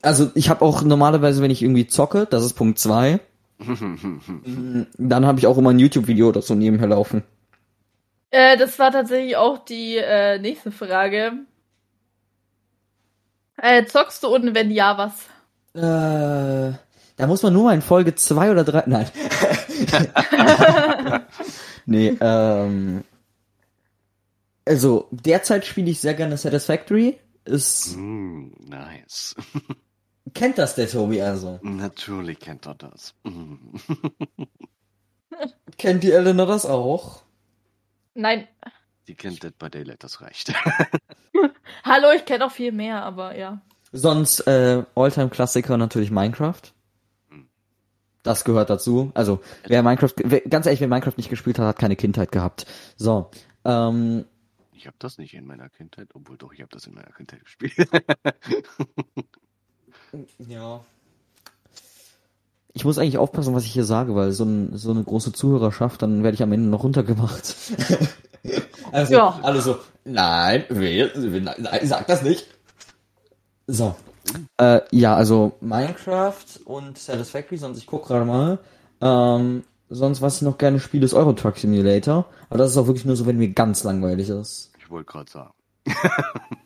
Also ich habe auch normalerweise, wenn ich irgendwie zocke, das ist Punkt zwei, Mhm. dann habe ich auch immer ein YouTube-Video oder so nebenher laufen. Äh, das war tatsächlich auch die äh, nächste Frage. Äh, zockst du und wenn ja, was? Äh, da muss man nur mal in Folge 2 oder 3. Nein. [LAUGHS] nee, ähm. Also, derzeit spiele ich sehr gerne Satisfactory. Ist, Mm, nice. kennt das der Tobi also? Natürlich kennt er das. [LAUGHS] Mm. Kennt die Elena das auch? Nein. Die kennt Dead by Daylight, das reicht. [LAUGHS] Hallo, ich kenne auch viel mehr, aber ja. Sonst, äh, Alltime-Klassiker natürlich Minecraft. Das gehört dazu. Also, wer Minecraft, wer, ganz ehrlich, wer Minecraft nicht gespielt hat, hat keine Kindheit gehabt. So, ähm, Ich habe das nicht in meiner Kindheit, obwohl doch, ich habe das in meiner Kindheit gespielt. [LAUGHS] Ja. Ich muss eigentlich aufpassen, was ich hier sage, weil so, ein, so eine große Zuhörerschaft, dann werde ich am Ende noch runtergemacht. [LAUGHS] also, Ja. alle so, nein, wer, nein, nein, sag das nicht. So. Äh, ja, also Minecraft und Satisfactory, sonst ich guck gerade mal. Ähm, sonst, was ich noch gerne spiele, ist Euro Truck Simulator. Aber das ist auch wirklich nur so, wenn mir ganz langweilig ist. ich wollte gerade sagen.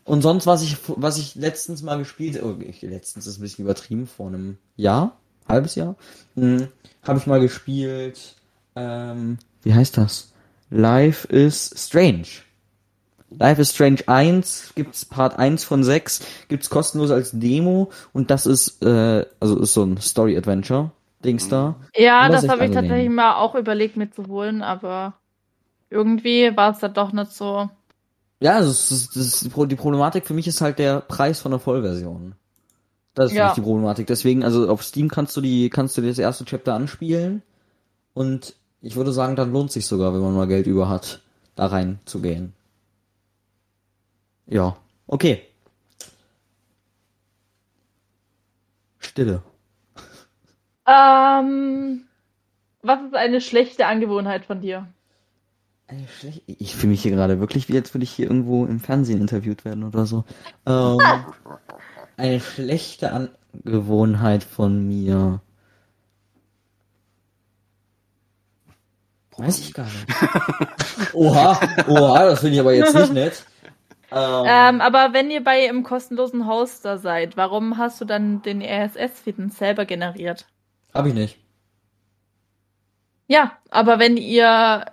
Und sonst, was ich, was ich letztens mal gespielt, oh, ich, letztens ist ein bisschen übertrieben, vor einem Jahr, halbes Jahr, hm, habe ich mal gespielt, ähm, wie heißt das? Life is Strange. Life is Strange 1 gibt's Part 1 von 6, gibt's kostenlos als Demo und das ist, äh, also ist so ein Story-Adventure-Dings da. Ja, Aber das ist habe ich angenehm. tatsächlich mal auch überlegt mitzuholen, aber irgendwie war es dann doch nicht so. Ja, also es ist, das ist, die Pro- die Problematik für mich ist halt der Preis von der Vollversion. Das ist für Ja. mich die Problematik. Deswegen, also auf Steam kannst du die, kannst du dir das erste Chapter anspielen und ich würde sagen, dann lohnt sich sogar, wenn man mal Geld über hat, da reinzugehen. Ja, okay. Stille. Ähm, was ist eine schlechte Angewohnheit von dir? Ey, Äh, schlecht. Ich fühle mich hier gerade wirklich, wie als würde ich hier irgendwo im Fernsehen interviewt werden oder so. Ähm, eine schlechte Angewohnheit von mir. Weiß ich gar nicht. Oha, oha, das finde ich aber jetzt nicht nett. Ähm, Ähm, aber wenn ihr bei im kostenlosen Hoster seid, warum hast du dann den RSS-Feed selber generiert? Hab ich nicht. Ja, aber wenn ihr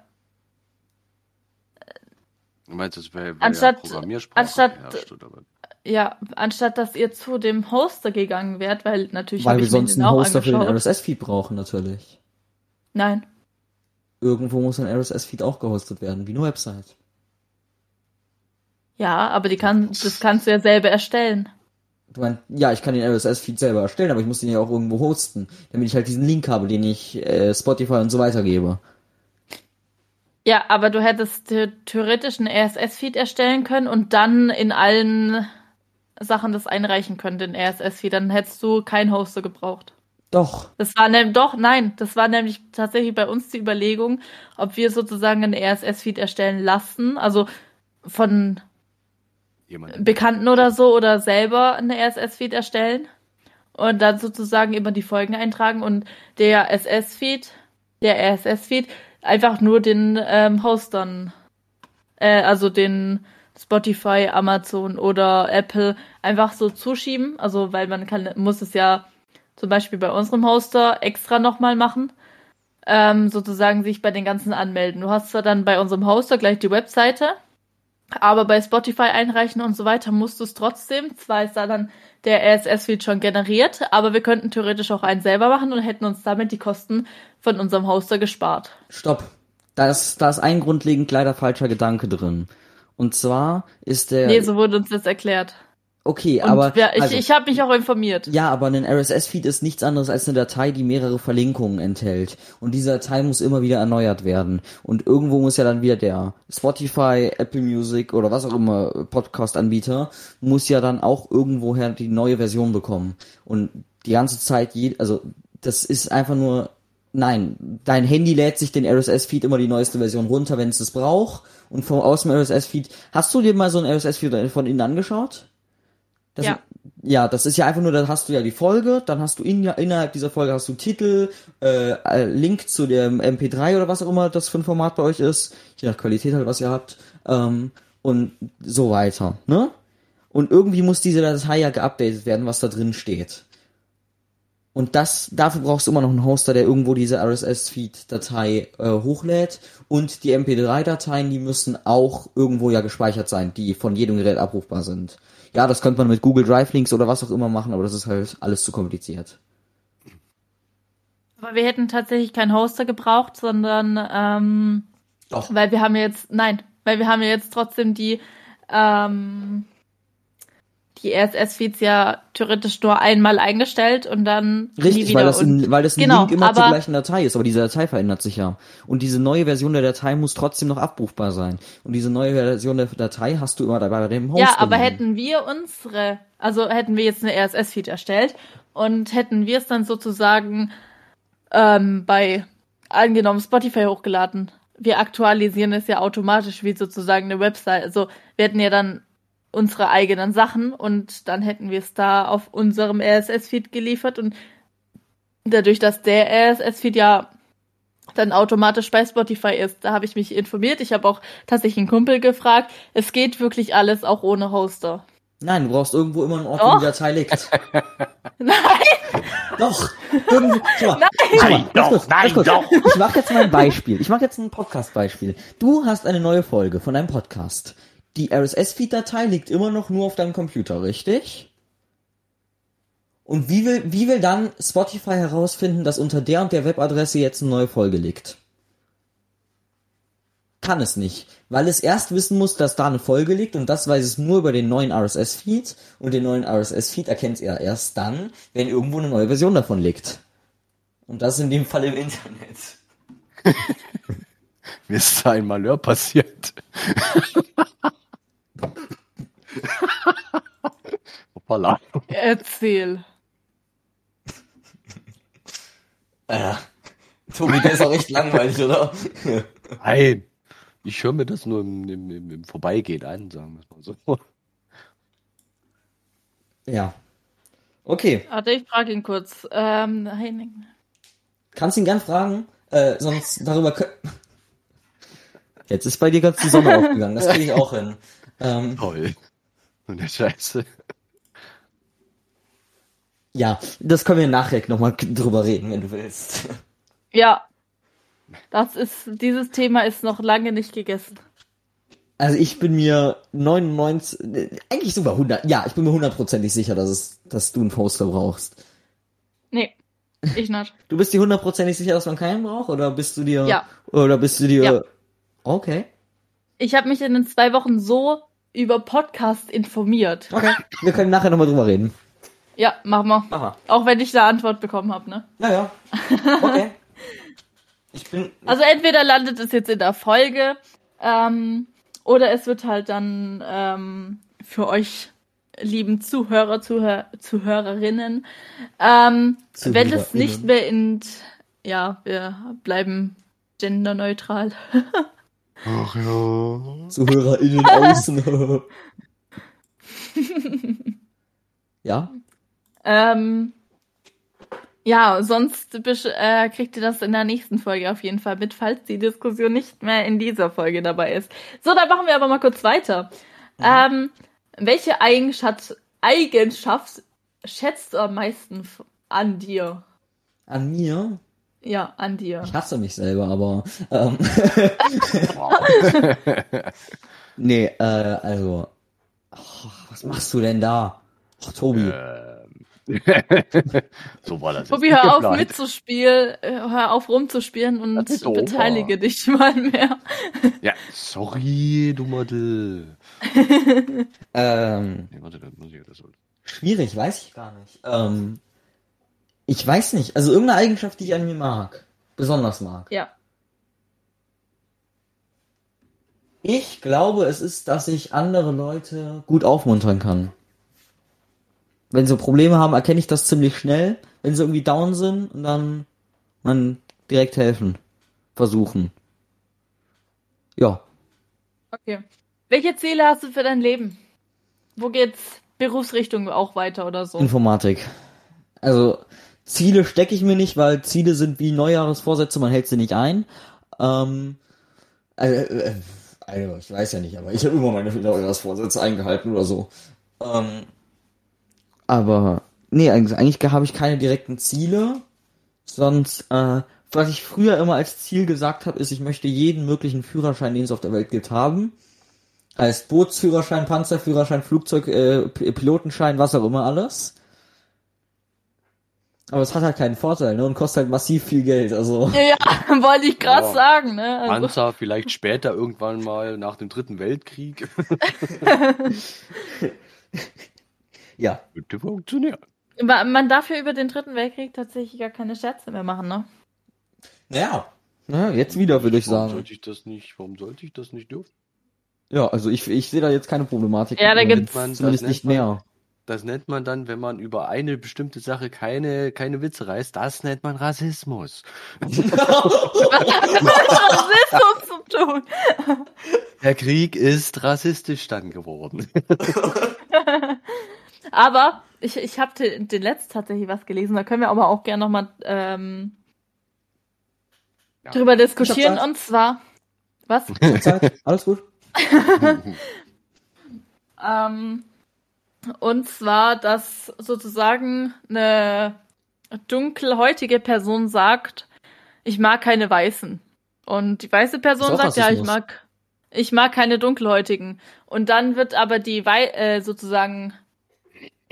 Du meinst, das wäre wär Anstatt- Programmiersprache anstatt- beherrscht, oder was? Ja, anstatt dass ihr zu dem Hoster gegangen wärt, weil natürlich Weil hab wir ich mir sonst den einen auch Hoster für den angeschaut. RSS-Feed brauchen, natürlich. Nein. Irgendwo muss ein RSS-Feed auch gehostet werden, wie eine Website. Ja, aber die kann, das kannst du ja selber erstellen. Du meinst, ja, ich kann den RSS-Feed selber erstellen, aber ich muss den ja auch irgendwo hosten, damit ich halt diesen Link habe, den ich äh, Spotify und so weiter gebe. Ja, aber du hättest the- theoretisch einen RSS-Feed erstellen können und dann in allen Sachen das einreichen können, den RSS-Feed. Dann hättest du keinen Hoster gebraucht. Doch. Das war nämlich, doch, nein, das war nämlich tatsächlich bei uns die Überlegung, ob wir sozusagen einen RSS-Feed erstellen lassen, also von Jemand. Bekannten oder so oder selber eine RSS-Feed erstellen und dann sozusagen immer die Folgen eintragen und der SS-Feed, der RSS-Feed, einfach nur den ähm, Hostern, äh, also den Spotify, Amazon oder Apple einfach so zuschieben, also weil man kann, muss es ja zum Beispiel bei unserem Hoster extra nochmal machen, ähm, sozusagen sich bei den ganzen anmelden. Du hast zwar dann bei unserem Hoster gleich die Webseite, aber bei Spotify einreichen und so weiter musst du es trotzdem. Zwar ist da dann der RSS-Feed schon generiert, aber wir könnten theoretisch auch einen selber machen und hätten uns damit die Kosten von unserem Hoster gespart. Stopp. Da ist, da ist ein grundlegend leider falscher Gedanke drin. Und zwar ist der. Nee, so wurde uns das erklärt. okay, Und aber. wer, ich, also- ich habe mich auch informiert. Ja, aber ein RSS-Feed ist nichts anderes als eine Datei, die mehrere Verlinkungen enthält. Und diese Datei muss immer wieder erneuert werden. Und irgendwo muss ja dann wieder der Spotify, Apple Music oder was auch immer äh, Podcast-Anbieter muss ja dann auch irgendwoher die neue Version bekommen. Und die ganze Zeit, je, also das ist einfach nur, nein, dein Handy lädt sich den RSS-Feed immer die neueste Version runter, wenn es es braucht. Und vom aus dem RSS-Feed, hast du dir mal so einen RSS-Feed von innen angeschaut? Das, Ja. ja, das ist ja einfach nur, dann hast du ja die Folge, dann hast du in, innerhalb dieser Folge hast du Titel, äh, äh, Link zu dem MP3 oder was auch immer das für ein Format bei euch ist, je nach Qualität halt, was ihr habt, ähm, und so weiter, ne? Und irgendwie muss diese Datei ja geupdatet werden, was da drin steht. Und das, dafür brauchst du immer noch einen Hoster, der irgendwo diese RSS-Feed-Datei äh, hochlädt. Und die MP3-Dateien, die müssen auch irgendwo ja gespeichert sein, die von jedem Gerät abrufbar sind. Ja, das könnte man mit Google Drive Links oder was auch immer machen, aber das ist halt alles zu kompliziert. Aber wir hätten tatsächlich keinen Hoster gebraucht, sondern ähm, Doch. weil wir haben ja jetzt, nein, weil wir haben ja jetzt trotzdem die ähm, die RSS-Feeds ja theoretisch nur einmal eingestellt und dann nie Richtig, wieder. weil das, und in, weil das ein genau, Link immer zur aber- gleichen Datei ist, aber diese Datei verändert sich ja. Und diese neue Version der Datei muss trotzdem noch abrufbar sein. Und diese neue Version der Datei hast du immer dabei bei dem Hoster. Ja, aber liegen. hätten wir unsere, also hätten wir jetzt eine RSS-Feed erstellt und hätten wir es dann sozusagen ähm, bei angenommen Spotify hochgeladen. Wir aktualisieren es ja automatisch wie sozusagen eine Website. Also wir hätten ja dann unsere eigenen Sachen und dann hätten wir es da auf unserem RSS-Feed geliefert und dadurch, dass der RSS-Feed ja dann automatisch bei Spotify ist, da habe ich mich informiert. Ich habe auch tatsächlich einen Kumpel gefragt. Es geht wirklich alles auch ohne Hoster. Nein, du brauchst irgendwo immer einen Ort, wo Doch. die Datei [LAUGHS] liegt. Nein, Doch! Irgendwie, schau mal, Nein, Ganz doch, kurz, nein, ganz kurz. doch. Ich mache jetzt mal ein Beispiel. Ich mache jetzt ein Podcast-Beispiel. Du hast eine neue Folge von deinem Podcast. Die RSS-Feed-Datei liegt immer noch nur auf deinem Computer, richtig? Und wie will, wie will dann Spotify herausfinden, dass unter der und der Webadresse jetzt eine neue Folge liegt? Kann es nicht, weil es erst wissen muss, dass da eine Folge liegt und das weiß es nur über den neuen RSS-Feed und den neuen RSS-Feed erkennt es ja erst dann, wenn irgendwo eine neue Version davon liegt. Und das in dem Fall im Internet. Mir ist da ein Malheur passiert. Hoppala. erzähl. Alter. Ah Tobi, der ist auch echt langweilig, oder? Nein. Ich höre mir das nur im, im, im, im Vorbeigehen an, sagen wir es mal so. Ja. Okay, Warte, ich frage ihn kurz. Ähm, nein. kannst ihn gern fragen, äh, sonst darüber kö- Jetzt ist bei dir ganz die Sonne aufgegangen, das kriege ich auch hin. Ähm, Toll. Und der Scheiße. Ja, das können wir nachher nochmal drüber reden, wenn du willst. Ja. Das ist, dieses Thema ist noch lange nicht gegessen. Also ich bin mir 99, äh, eigentlich sogar 100, ja, ich bin mir hundertprozentig sicher, dass, es, dass du einen Poster brauchst. Nee, ich nicht. Du bist dir hundertprozentig sicher, dass man keinen braucht? Oder bist du dir... Ja. Oder bist du dir... Ja. Okay. Ich habe mich in den zwei Wochen so über Podcast informiert. Okay. Wir können nachher nochmal drüber reden. Ja, machen wir. Aha. Auch wenn ich eine Antwort bekommen habe, ne? Naja. Okay. [LAUGHS] ich bin... Also entweder landet es jetzt in der Folge ähm, oder es wird halt dann ähm, für euch lieben Zuhörer, Zuhör Zuhörerinnen, ähm, wenn ZuhörerInnen. es nicht mehr in, ja, wir bleiben genderneutral. Ach [LAUGHS] ja. ZuhörerInnen außen. ja? Ähm, ja, sonst besch- äh, kriegt ihr das in der nächsten Folge auf jeden Fall mit, falls die Diskussion nicht mehr in dieser Folge dabei ist. So, dann machen wir aber mal kurz weiter. Mhm. Ähm, welche Eigenschaft, Eigenschaft schätzt du am meisten f- an dir? An mir? Ja, an dir. Ich hasse mich selber, aber... Ähm, nee, äh, also... Oh, was machst du denn da? Ach, Tobi. Ähm, [LAUGHS] so war das. jetzt Tobi, nicht hör Oh, auf geplant. mitzuspielen, äh, hör auf rumzuspielen und Das ist doof, oh. beteilige aber. dich mal mehr. Ja, sorry, du Model. Ähm, Nee, warte, das muss ich das so. schwierig, weiß ich gar nicht. Ähm, ich weiß nicht. Also irgendeine Eigenschaft, die ich an mir mag. Besonders mag. Ja. Ich glaube, es ist, dass ich andere Leute gut aufmuntern kann. Wenn sie Probleme haben, erkenne ich das ziemlich schnell. Wenn sie irgendwie down sind und dann, dann direkt helfen. Versuchen. Ja. Okay. Welche Ziele hast du für dein Leben? Wo geht's Berufsrichtung auch weiter oder so? Informatik. Also Ziele stecke ich mir nicht, weil Ziele sind wie Neujahresvorsätze, man hält sie nicht ein. Ähm, also, äh, also ich weiß ja nicht, aber ich habe immer meine Neujahrsvorsätze eingehalten oder so. Ähm, aber nee, eigentlich, eigentlich habe ich keine direkten Ziele. Sonst, äh, was ich früher immer als Ziel gesagt habe, ist, ich möchte jeden möglichen Führerschein, den es auf der Welt gibt, haben. Als Bootsführerschein, Panzerführerschein, Flugzeug, äh, P- Pilotenschein, was auch immer alles. Aber es hat halt keinen Vorteil, ne? Und kostet halt massiv viel Geld. Also, Ja, ja [LAUGHS] wollte ich gerade Ja. sagen, ne? Also, Panzer vielleicht später irgendwann mal nach dem Dritten Weltkrieg. ja. Könnte funktionieren. ma- man darf ja über den Dritten Weltkrieg tatsächlich gar keine Scherze mehr [LAUGHS] machen, ne? Ja. Na, jetzt wieder, würde ich warum sagen. Sollte ich das nicht, warum sollte ich das nicht dürfen? Ja, also ich, ich sehe da jetzt keine Problematik. Ja, da mit. gibt's- Man- das Zumindest nennt nicht man- mehr. Das nennt man dann, wenn man über eine bestimmte Sache keine, keine Witze reißt, das nennt man Rassismus. Was ist das zu tun? Der Krieg ist rassistisch dann geworden. [LAUGHS] Aber ich, ich habe den, den letzten tatsächlich was gelesen, da können wir aber auch gerne nochmal ähm, Ja. drüber diskutieren. Ich hab's Und zwar, was? Zeit. Alles gut? Ähm, und zwar, dass sozusagen eine dunkelhäutige Person sagt, ich mag keine Weißen. Und die weiße Ist Person auch sagt, ja, ich Rassismus. mag, ich mag keine dunkelhäutigen. Und dann wird aber die Wei äh, sozusagen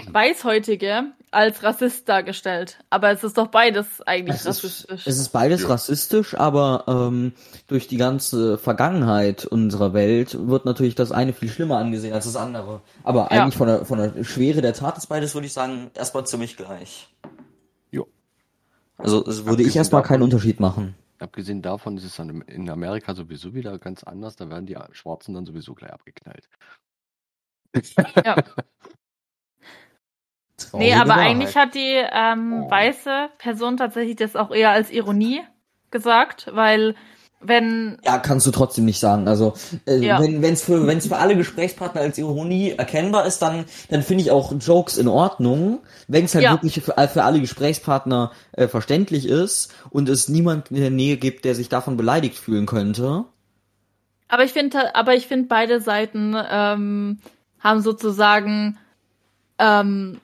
weißhäutige als Rassist dargestellt. Aber es ist doch beides eigentlich Es ist, rassistisch. es ist beides Ja. rassistisch, aber ähm, durch die ganze Vergangenheit unserer Welt wird natürlich das eine viel schlimmer angesehen als das andere. Aber Ja. eigentlich von der, von der Schwere der Tat ist beides, würde ich sagen, erstmal ziemlich gleich. Jo. Also es würde ich Abgesehen erstmal keinen davon- Unterschied machen. Abgesehen davon ist es dann in Amerika sowieso wieder ganz anders. Da werden die Schwarzen dann sowieso gleich abgeknallt. Nee, Traurige aber Wahrheit. eigentlich hat die ähm, Oh. weiße Person tatsächlich das auch eher als Ironie gesagt, weil wenn Ja, kannst du trotzdem nicht sagen. Also äh, Ja. wenn es für wenn's für alle Gesprächspartner als Ironie erkennbar ist, dann dann finde ich auch Jokes in Ordnung, wenn es halt Ja. wirklich für, für alle Gesprächspartner äh, verständlich ist und es niemand in der Nähe gibt, der sich davon beleidigt fühlen könnte. Aber ich finde, aber ich finde, beide Seiten ähm, haben sozusagen ähm,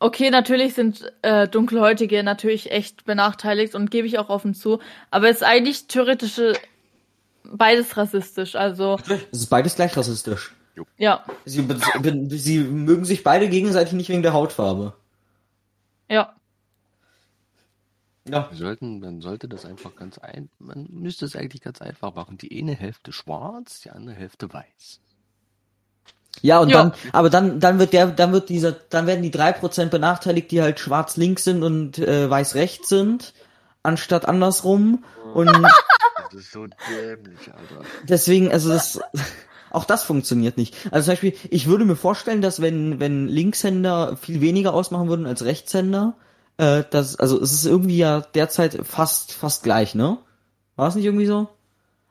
Okay, natürlich sind äh, Dunkelhäutige natürlich echt benachteiligt und gebe ich auch offen zu. Aber es ist eigentlich theoretisch äh, beides rassistisch. Also, Es ist beides gleich rassistisch. ja, Sie, be- be- sie mögen sich beide gegenseitig nicht wegen der Hautfarbe. ja. [LAUGHS] Ja. Wir sollten, man sollte das einfach ganz ein, man müsste es eigentlich ganz einfach machen. Die eine Hälfte schwarz, die andere Hälfte weiß. Ja, und Ja. dann, aber dann, dann wird der, dann wird dieser, dann werden die 3% benachteiligt, die halt schwarz links sind und äh, weiß rechts sind, anstatt andersrum. [LAUGHS] Und Das ist so dämlich, Alter. deswegen, also das, [LAUGHS] auch das funktioniert nicht. Also zum Beispiel, ich würde mir vorstellen, dass wenn, wenn Linkshänder viel weniger ausmachen würden als Rechtshänder, äh, das, also es ist irgendwie ja derzeit fast, fast gleich, ne? War es nicht irgendwie so?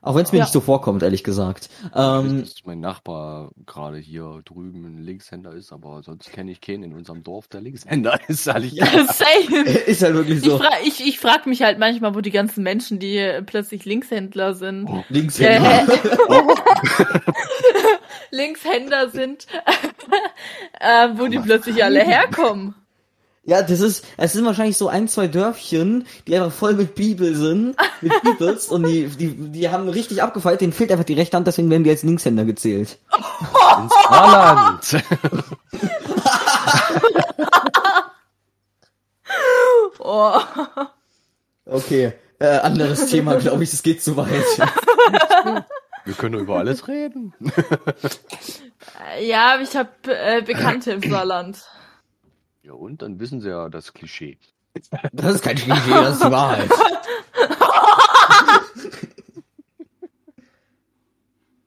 Auch wenn es mir Ja. nicht so vorkommt, ehrlich gesagt. Ähm, Ähm, dass mein Nachbar gerade hier drüben ein Linkshänder ist, aber sonst kenne ich keinen in unserem Dorf, der Linkshänder [LAUGHS] ist. Ehrlich gesagt. Safe. ist halt wirklich Ich, so. fra ich, ich frag mich halt manchmal, wo die ganzen Menschen, die äh, plötzlich Linkshändler sind, [LAUGHS] Linkshänder. äh, [LAUGHS] Linkshänder sind, [LAUGHS] äh, wo die plötzlich alle herkommen. Ja, das ist, es sind wahrscheinlich so ein, zwei Dörfchen, die einfach voll mit Bibel sind, mit Bibels, und die, die, die haben richtig abgefeiert, denen fehlt einfach die rechte Hand, deswegen werden die als Linkshänder gezählt. ins Saarland. Oh. Okay, äh, anderes Thema, glaube ich, das geht zu weit. Wir können über alles reden. Ja, aber ich habe äh, Bekannte im Saarland. Ja, und dann wissen sie ja das Klischee. Das ist kein Klischee, das ist die Wahrheit.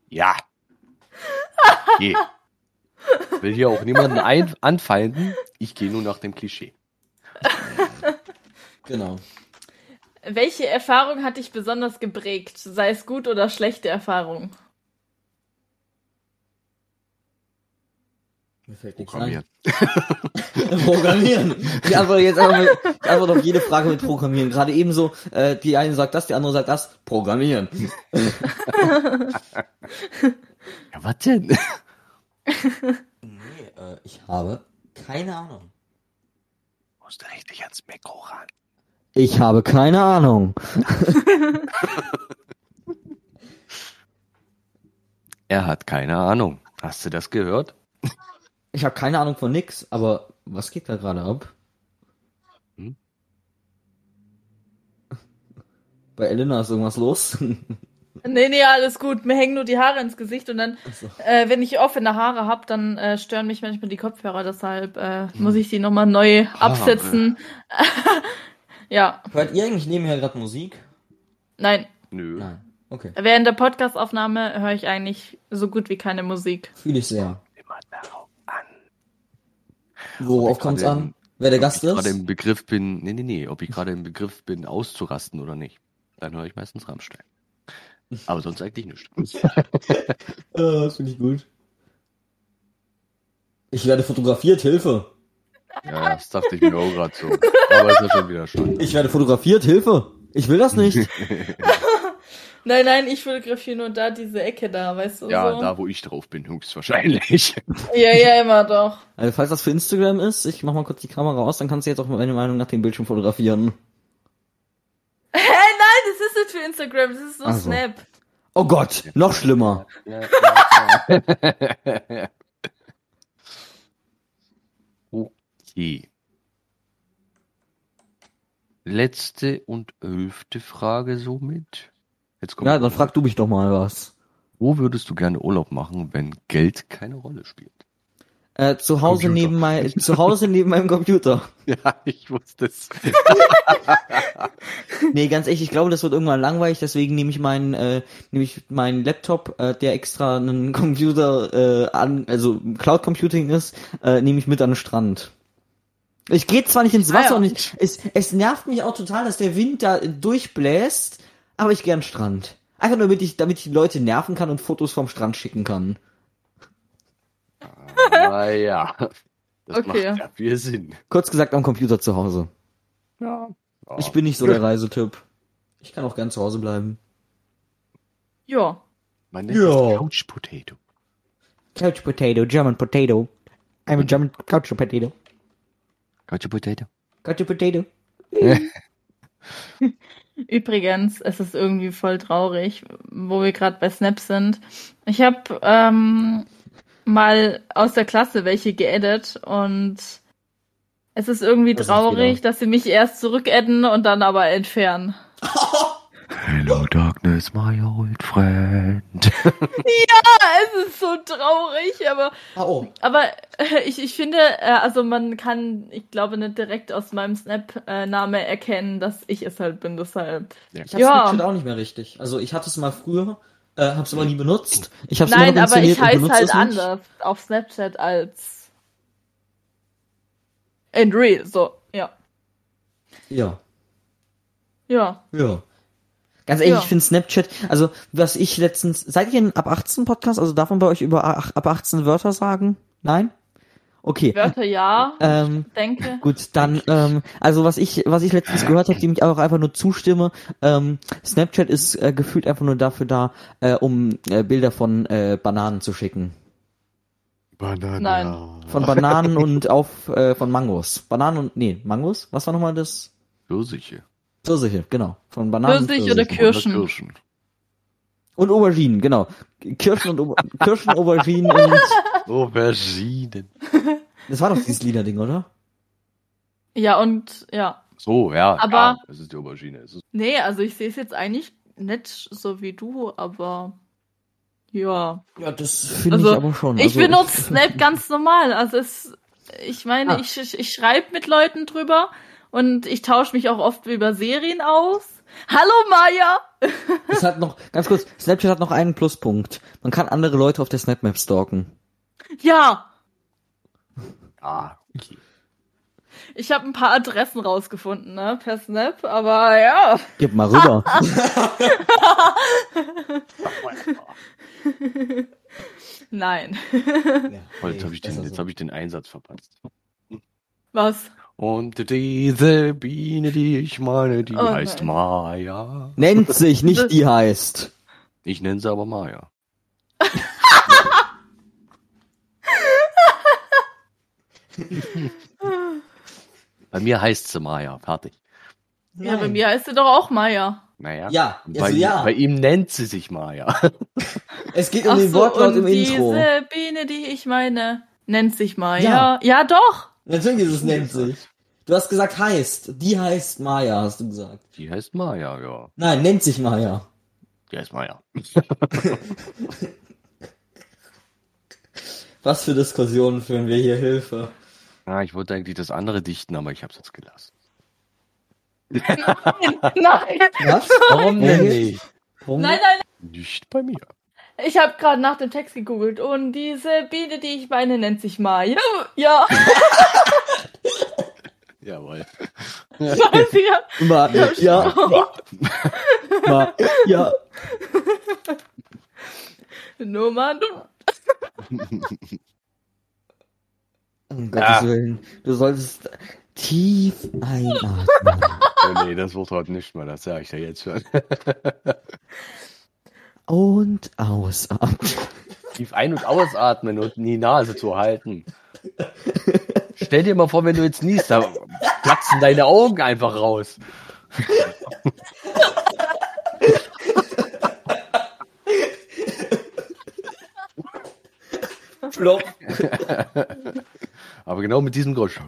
Ja. Je. Will hier auch niemanden ein anfeinden. Ich gehe nur nach dem Klischee. Genau. Welche Erfahrung hat dich besonders geprägt? Sei es gut oder schlechte Erfahrung? Mir fällt nichts Programmieren. ein. Programmieren. Ich antworte jetzt einfach mit, ich antworte auf jede Frage mit Programmieren. Gerade ebenso, äh, die eine sagt das, die andere sagt das. Programmieren. Ja, was denn? Nee, äh, Ich habe keine Ahnung. Musst du richtig ans Mikro ran. Ich habe keine Ahnung. Er hat keine Ahnung. Hast du das gehört? Ich habe keine Ahnung von nix, aber was geht da gerade ab? Hm? Bei Elena ist irgendwas los. [LAUGHS] Nee, nee, alles gut. Mir hängen nur die Haare ins Gesicht und dann, Achso. äh, wenn ich offene Haare hab, dann äh, stören mich manchmal die Kopfhörer, deshalb äh, muss ich die nochmal neu absetzen. [LAUGHS] ja, Hört ihr eigentlich nebenher gerade Musik? nein. Nö. Nein. Okay. Während der Podcastaufnahme höre ich eigentlich so gut wie keine Musik. Fühle ich sehr. Immer darauf an. Worauf ich kommt's gerade an? im- Wer der Gast Ob ich gerade ist? im Begriff bin, nee, nee, nee, ob ich gerade im Begriff bin, auszurasten oder nicht. Dann höre ich meistens Rammstein. Aber sonst eigentlich nichts. Äh, das finde ich gut. Ich werde fotografiert, Hilfe. Ja, das dachte ich mir auch gerade so. Aber ist ja schon wieder schade. Ich werde fotografiert, Hilfe. Ich will das [LAUGHS] nicht. Nein, nein, ich fotografiere nur da diese Ecke da, weißt du? Ja, so. da wo ich drauf bin, höchstwahrscheinlich. [LAUGHS] ja, ja, immer doch. Also falls das für Instagram ist, ich mach mal kurz die Kamera aus, dann kannst du jetzt auch meine Meinung nach dem Bildschirm fotografieren. Hä, nein, Ah, das ist nicht für Instagram, das ist so Ach so. Snap. Oh Gott, noch schlimmer. okay. Letzte und elfte Frage somit. Jetzt kommt Ja, dann frag du mich doch mal was. Wo würdest du gerne Urlaub machen, wenn Geld keine Rolle spielt? Äh, zu Hause Computer. neben mein, zu Hause neben meinem Computer. Ja, ich wusste es. Nee, ganz ehrlich, ich glaube, das wird irgendwann langweilig, deswegen nehme ich meinen, äh, nehme ich meinen Laptop, äh, der extra einen [LAUGHS] Computer äh, an, also Cloud Computing ist, äh, nehme ich mit an den Strand. Ich gehe zwar nicht ins Ah, Wasser ja. und ich, es, es nervt mich auch total, dass der Wind da durchbläst, aber ich gehe an den Strand. Einfach nur, damit ich, damit ich die Leute nerven kann und Fotos vom Strand schicken kann. Ah, [LAUGHS] Naja. Das Okay. macht ja viel Sinn. Kurz gesagt, am Computer zu Hause. Ja. Ich bin nicht so der Reisetyp. Ich kann auch gern zu Hause bleiben. Ja. [LAUGHS] Man nennt Ja. das Couch Potato. Couch potato, German potato. I'm a German couch potato. Couch Potato. Got your potato. Übrigens, es ist irgendwie voll traurig, wo wir gerade bei Snap sind. Ich habe ähm, mal aus der Klasse welche geaddet und es ist irgendwie Das ist traurig, wieder- dass sie mich erst zurückadden und dann aber entfernen. [LAUGHS] Hello Darkness, my old friend. Ah, es ist so traurig, aber Ah, Oh. aber [LAUGHS] äh, ich, ich finde, äh, also man kann, ich glaube, nicht direkt aus meinem Snap-Name erkennen, dass ich es halt bin, deshalb. Ich hab's Ja. Snapchat auch nicht mehr richtig. Also ich hatte es mal früher, äh, hab's aber nie benutzt. Ich hab's Nein, immer noch aber ich installiert und heiße benutze halt es nicht. anders auf Snapchat als in real. So, ja. Ja, Ja. ja. Ganz ehrlich, Ja. ich finde Snapchat, also was ich letztens, seid ihr ein ab 18 Podcast? Also darf man bei euch über ach- ab 18 Wörter sagen? Nein? Okay. [LAUGHS] Wörter ja, Ähm, denke. Gut, dann, ähm, also was ich, was ich letztens gehört habe, dem ich auch einfach nur zustimme, ähm, Snapchat ist äh, gefühlt einfach nur dafür da, äh, um äh, Bilder von äh, Bananen zu schicken. Banana. Nein. [LAUGHS] Von Bananen und auf, äh, von Mangos. Bananen und, nee, Mangos? Was war nochmal das? Pfirsiche. Pfirsiche, genau. Von Bananen. und Pfirsich oder Pfirsichen. Kirschen. Oder [LAUGHS] Kirschen. Und Auberginen, genau. Kirschen und [LAUGHS] Auber Kirschen, Auberginen und, Auberginen. das war doch dieses Liederding, oder? Ja, und ja. So, ja. Aber- ja, es ist die Aubergine. Es ist Nee, also ich sehe es jetzt eigentlich nicht so wie du, aber ja. Ja, das finde Also, ich aber schon. Ich Also- [LAUGHS] benutze Snap ganz normal. Also es, ich meine, Ah. ich, ich, ich schreibe mit Leuten drüber und ich tausche mich auch oft über Serien aus. Hallo Maya! Es hat noch, ganz kurz, Snapchat hat noch einen Pluspunkt. Man kann andere Leute auf der Snapmap stalken. Ja, ah, ich habe ein paar Adressen rausgefunden, ne, per Snap, aber ja. Gib mal [LAUGHS] rüber. Nein. [LAUGHS] oh, jetzt habe ich, den- jetzt hab ich den Einsatz verpasst. Was? Und diese Biene, die ich meine, die Oh heißt nein. Maya. Nennt sich, nicht die heißt. Ich nenne sie [LAUGHS] aber Maya. Bei mir heißt sie Maya, fertig. Ja, bei mir heißt sie doch auch Maya. Naja. Ja, Und also bei, ja. bei ihm nennt sie sich Maya. Es geht um den Wortlaut im diese Intro. Biene, die ich meine, nennt sich Maya. Ja. Ja, doch. [LAUGHS] Natürlich ist es nennt sich. Du hast gesagt heißt. Die heißt Maya, hast du gesagt. Die heißt Maya, ja. Nein, nennt sich Maya. Die heißt Maya. Was für Diskussionen führen wir hier Hilfe. Ah, ich wollte eigentlich das andere dichten, aber ich habe es jetzt gelassen. Nein, Was? Warum denn nicht? Warum? nein, nein. Nicht bei mir. Ich habe gerade nach dem Text gegoogelt und diese Biene, die ich meine, nennt sich Maya. [LAUGHS] Ja, Jawohl. weiß ich ja. Ma, ja, ma, ja. Nur mal. du- Um Ah. Gottes Willen. Du solltest tief einatmen. Oh, nee, das wird heute nicht mehr, das sage ich dir jetzt schon. Und ausatmen. Tief ein- und ausatmen und in die Nase zu halten. Stell dir mal vor, wenn du jetzt niest, da platzen deine Augen einfach raus. Flop. Aber genau mit diesem Geräusch.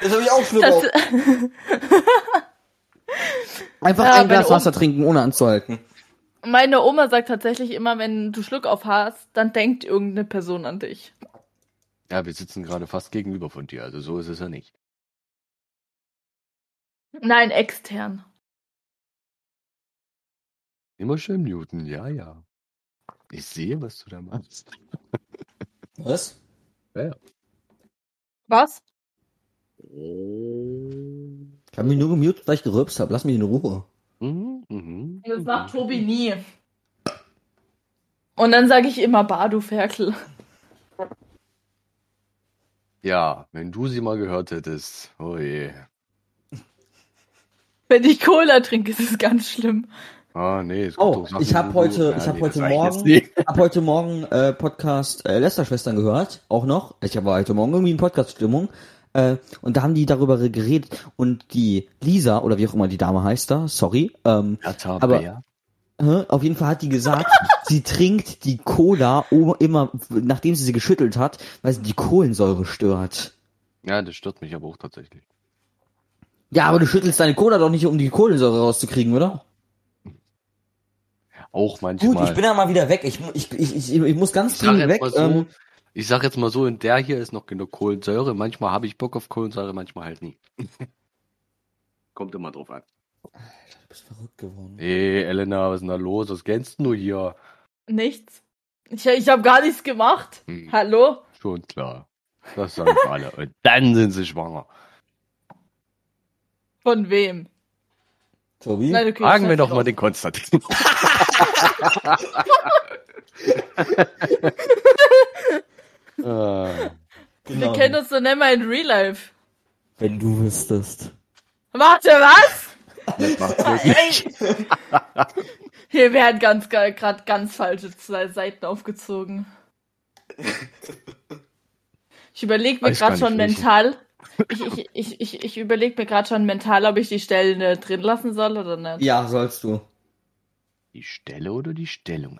Das habe ich auch schon Das, Einfach Ja, ein meine Glas Oma- Wasser trinken, ohne anzuhalten. meine Oma sagt tatsächlich immer, wenn du Schluck auf hast, dann denkt irgendeine Person an dich. Ja, wir sitzen gerade fast gegenüber von dir, also so ist es ja nicht. Nein, extern. Immer schön muten, ja, ja. Ich sehe, was du da machst. Was? Was? Ich habe mich nur gemutet, weil ich gerülpst habe. Lass mich in Ruhe. Mhm, mhm. Das macht Tobi nie. Und dann sage ich immer Bar, du Ferkel. [LAUGHS] Ja, wenn du sie mal gehört hättest. Oh je. Wenn ich Cola trinke, ist es ganz schlimm. Ah, nee, es Oh, doch Sachen, ich habe wo du- heute, Ja, ich habe nee, heute das sag ich jetzt Morgen, nicht. hab heute Morgen äh, Podcast äh, Lästerschwestern gehört, auch noch. Ich habe heute Morgen irgendwie eine Podcast-Stimmung. Äh, und da haben die darüber geredet und die Lisa, oder wie auch immer die Dame heißt da, sorry, ähm, Hertha Aber- Bär. äh, auf jeden Fall hat die gesagt, [LAUGHS] sie trinkt die Cola o- immer, nachdem sie sie geschüttelt hat, weil sie die Kohlensäure stört. Ja, das stört mich aber auch tatsächlich. Ja, aber du schüttelst deine Cola doch nicht, um die Kohlensäure rauszukriegen, oder? Auch manchmal. Gut, ich bin ja mal wieder weg. Ich, mu- ich, ich, ich, ich muss ganz Ich sag dringend jetzt weg. mal so, ähm, ich sag jetzt mal so, in der hier ist noch genug Kohlensäure. Manchmal habe ich Bock auf Kohlensäure, manchmal halt nie. [LAUGHS] Kommt immer drauf an. du bist verrückt geworden. Ey, Elena, was ist denn da los? Was gänst du hier? Nichts. Ich, ich habe gar nichts gemacht. Hm, Hallo? schon klar. Das sagen alle. Und dann sind sie schwanger. Von wem? Tobi? Nein, okay, Hm. Fragen das wir doch hört mal [LAUGHS] den Konstantin. Ah, Äh, sich auf. Wir kennen uns doch nicht mal in Real Life. Wenn du wüsstest. Warte, was? das macht's wirklich. Hier werden ganz gerade ganz falsche zwei Seiten aufgezogen. Ich überlege mir Weiß gerade gar schon nicht, mental. Ich, ich, ich, ich, ich überlege mir gerade schon mental, ob ich die Stellen äh, drin lassen soll oder nicht. Ja, sollst du. die Stelle oder die Stellungen?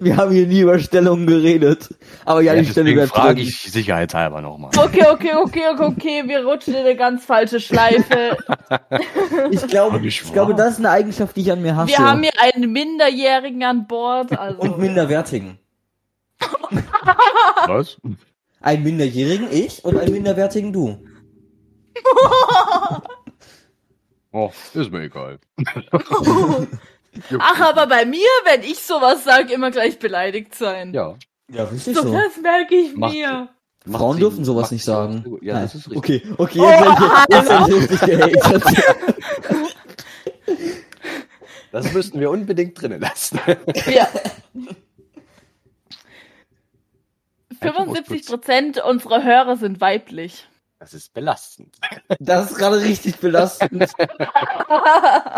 Wir haben hier nie über Stellungen geredet. Aber ja, die Stelle deswegen wäre frage drin. ich sicherheitshalber nochmal. [LAUGHS] Okay, okay, okay, okay, okay, wir rutschen in eine ganz falsche Schleife. Ich glaube, Hab ich ich glaube, wahr? das ist eine Eigenschaft, die ich an mir hasse. Wir haben hier einen Minderjährigen an Bord. Also. Und minderwertigen. Was? einen minderjährigen ich und einen minderwertigen du. Oh, ist mir egal. Ach, aber bei mir, wenn ich sowas sage, immer gleich beleidigt sein. Ja. Ja, richtig So, das merke ich Macht mir. Frauen Macht dürfen sie- sowas macht nicht sie sagen. auch so. Ja, Nein. das ist richtig. Okay, okay, jetzt oh, ich, jetzt hab ich richtig gehatet. Das müssten wir unbedingt drinnen [LAUGHS] lassen. Ja. 75 Prozent unserer Hörer sind weiblich. Das ist belastend. Das ist gerade richtig belastend.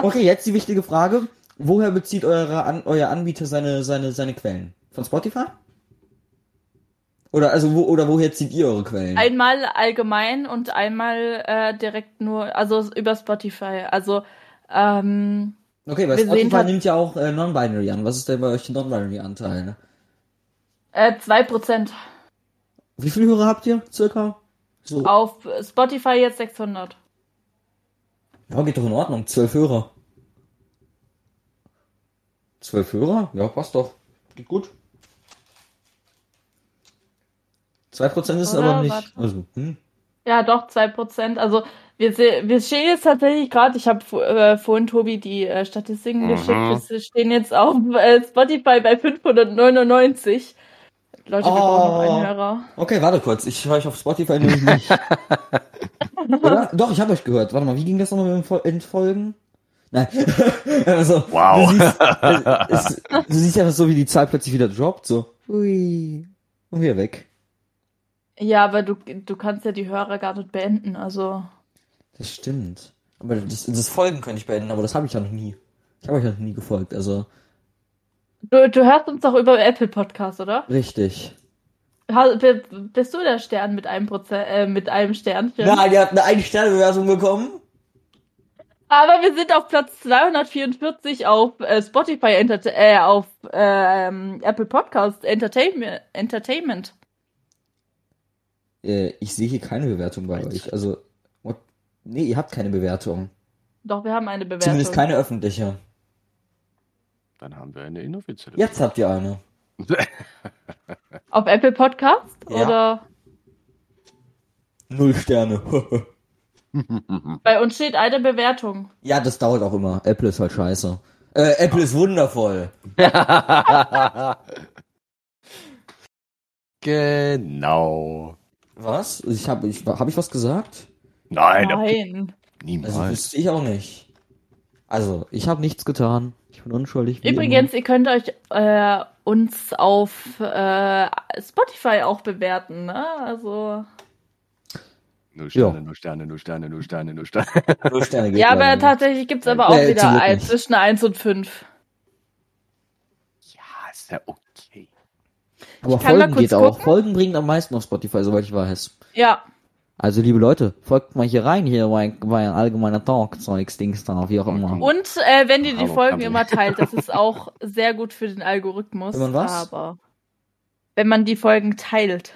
Okay, jetzt die wichtige Frage. Woher bezieht eure An euer Anbieter seine, seine, seine Quellen? Von Spotify? Oder, also, wo, oder woher zieht ihr eure Quellen? einmal allgemein und einmal äh, direkt nur, also über Spotify. Also ähm, Okay, weil Wir sehen Spotify tat- nimmt ja auch äh, Non-Binary an. Was ist denn bei euch der Non-Binary-Anteil? ne? äh, 2 Prozent. Wie viele Hörer habt ihr circa? So. Auf Spotify jetzt 600. Ja, geht doch in Ordnung. Zwölf Hörer. Zwölf Hörer? Ja, passt doch. Geht gut. Zwei Prozent ist Oder? aber nicht. Warte. Also, hm. Ja, doch, 2%. Also wir, se- wir stehen jetzt tatsächlich gerade, ich habe äh, vorhin Tobi die äh, Statistiken Mhm. geschickt, wir stehen jetzt auf äh, Spotify bei 599. Leute, wir brauchen noch Oh. einen Hörer. Okay, warte kurz. Ich höre euch auf Spotify nämlich nicht. Oder? Doch, ich habe euch gehört. Warte mal, wie ging das nochmal mit dem Fol- Entfolgen? Nein. [LAUGHS] also, Wow. Du siehst, äh, es, du siehst einfach so, wie die Zahl plötzlich wieder droppt. So. Ui. Und wieder weg. Ja, aber du, du kannst ja die Hörer gar nicht beenden, also. Das stimmt. Aber das, das Folgen könnte ich beenden, aber das habe ich ja noch nie. Ich habe euch ja noch nie gefolgt, also Du, du hörst uns doch über Apple Podcast, oder? richtig. Ha- b- Bist du der Stern mit einem Prozent, äh, mit einem Sternchen? Nein, ihr habt eine Ein-Sterne-Bewertung bekommen. Aber wir sind auf Platz 244 auf äh, Spotify, Enter äh, auf ähm, Apple Podcast Entertainment. Entertainment. Äh, ich sehe hier keine Bewertung bei euch. Also, what? nee, ihr habt keine Bewertung. Doch, wir haben eine Bewertung. Zumindest keine öffentliche. Dann haben wir eine inoffizielle. [LAUGHS] Jetzt habt ihr eine. Auf Apple Podcast? Ja. Oder Null Sterne. [LAUGHS] bei uns steht eine Bewertung. ja, das dauert auch immer. Apple ist halt scheiße. Äh, Apple ist wundervoll. genau. Was? Ich habe ich, hab ich was gesagt? Nein, Nein. Also, niemals. wüsste ich auch nicht. Also, ich habe nichts getan. Ich bin unschuldig. wie Übrigens, ihr könnt euch äh, uns auf äh, Spotify auch bewerten, ne? Also. immer. Nur Sterne, nur Sterne, nur Sterne, nur Sterne, nur Sterne. Null Sterne geht Ja, leider aber nicht. tatsächlich gibt's aber auch Nee, zum wieder Glück ein, nicht. zwischen 1 und 5. Ja, Ah, ist ja [LAUGHS] okay. Aber kann mal Folgen kurz geht auch. gucken. Folgen bringen am meisten auf Spotify, soweit ich weiß. Ja, Also, liebe Leute, folgt mal hier rein, hier bei, bei allgemeiner Talk, Zeugs, Dings da, wie auch immer. Oh, und äh, wenn ihr die Hallo, Folgen Kabel. immer teilt, das [LAUGHS] ist auch sehr gut für den Algorithmus. Wenn man was? Aber wenn man die Folgen teilt.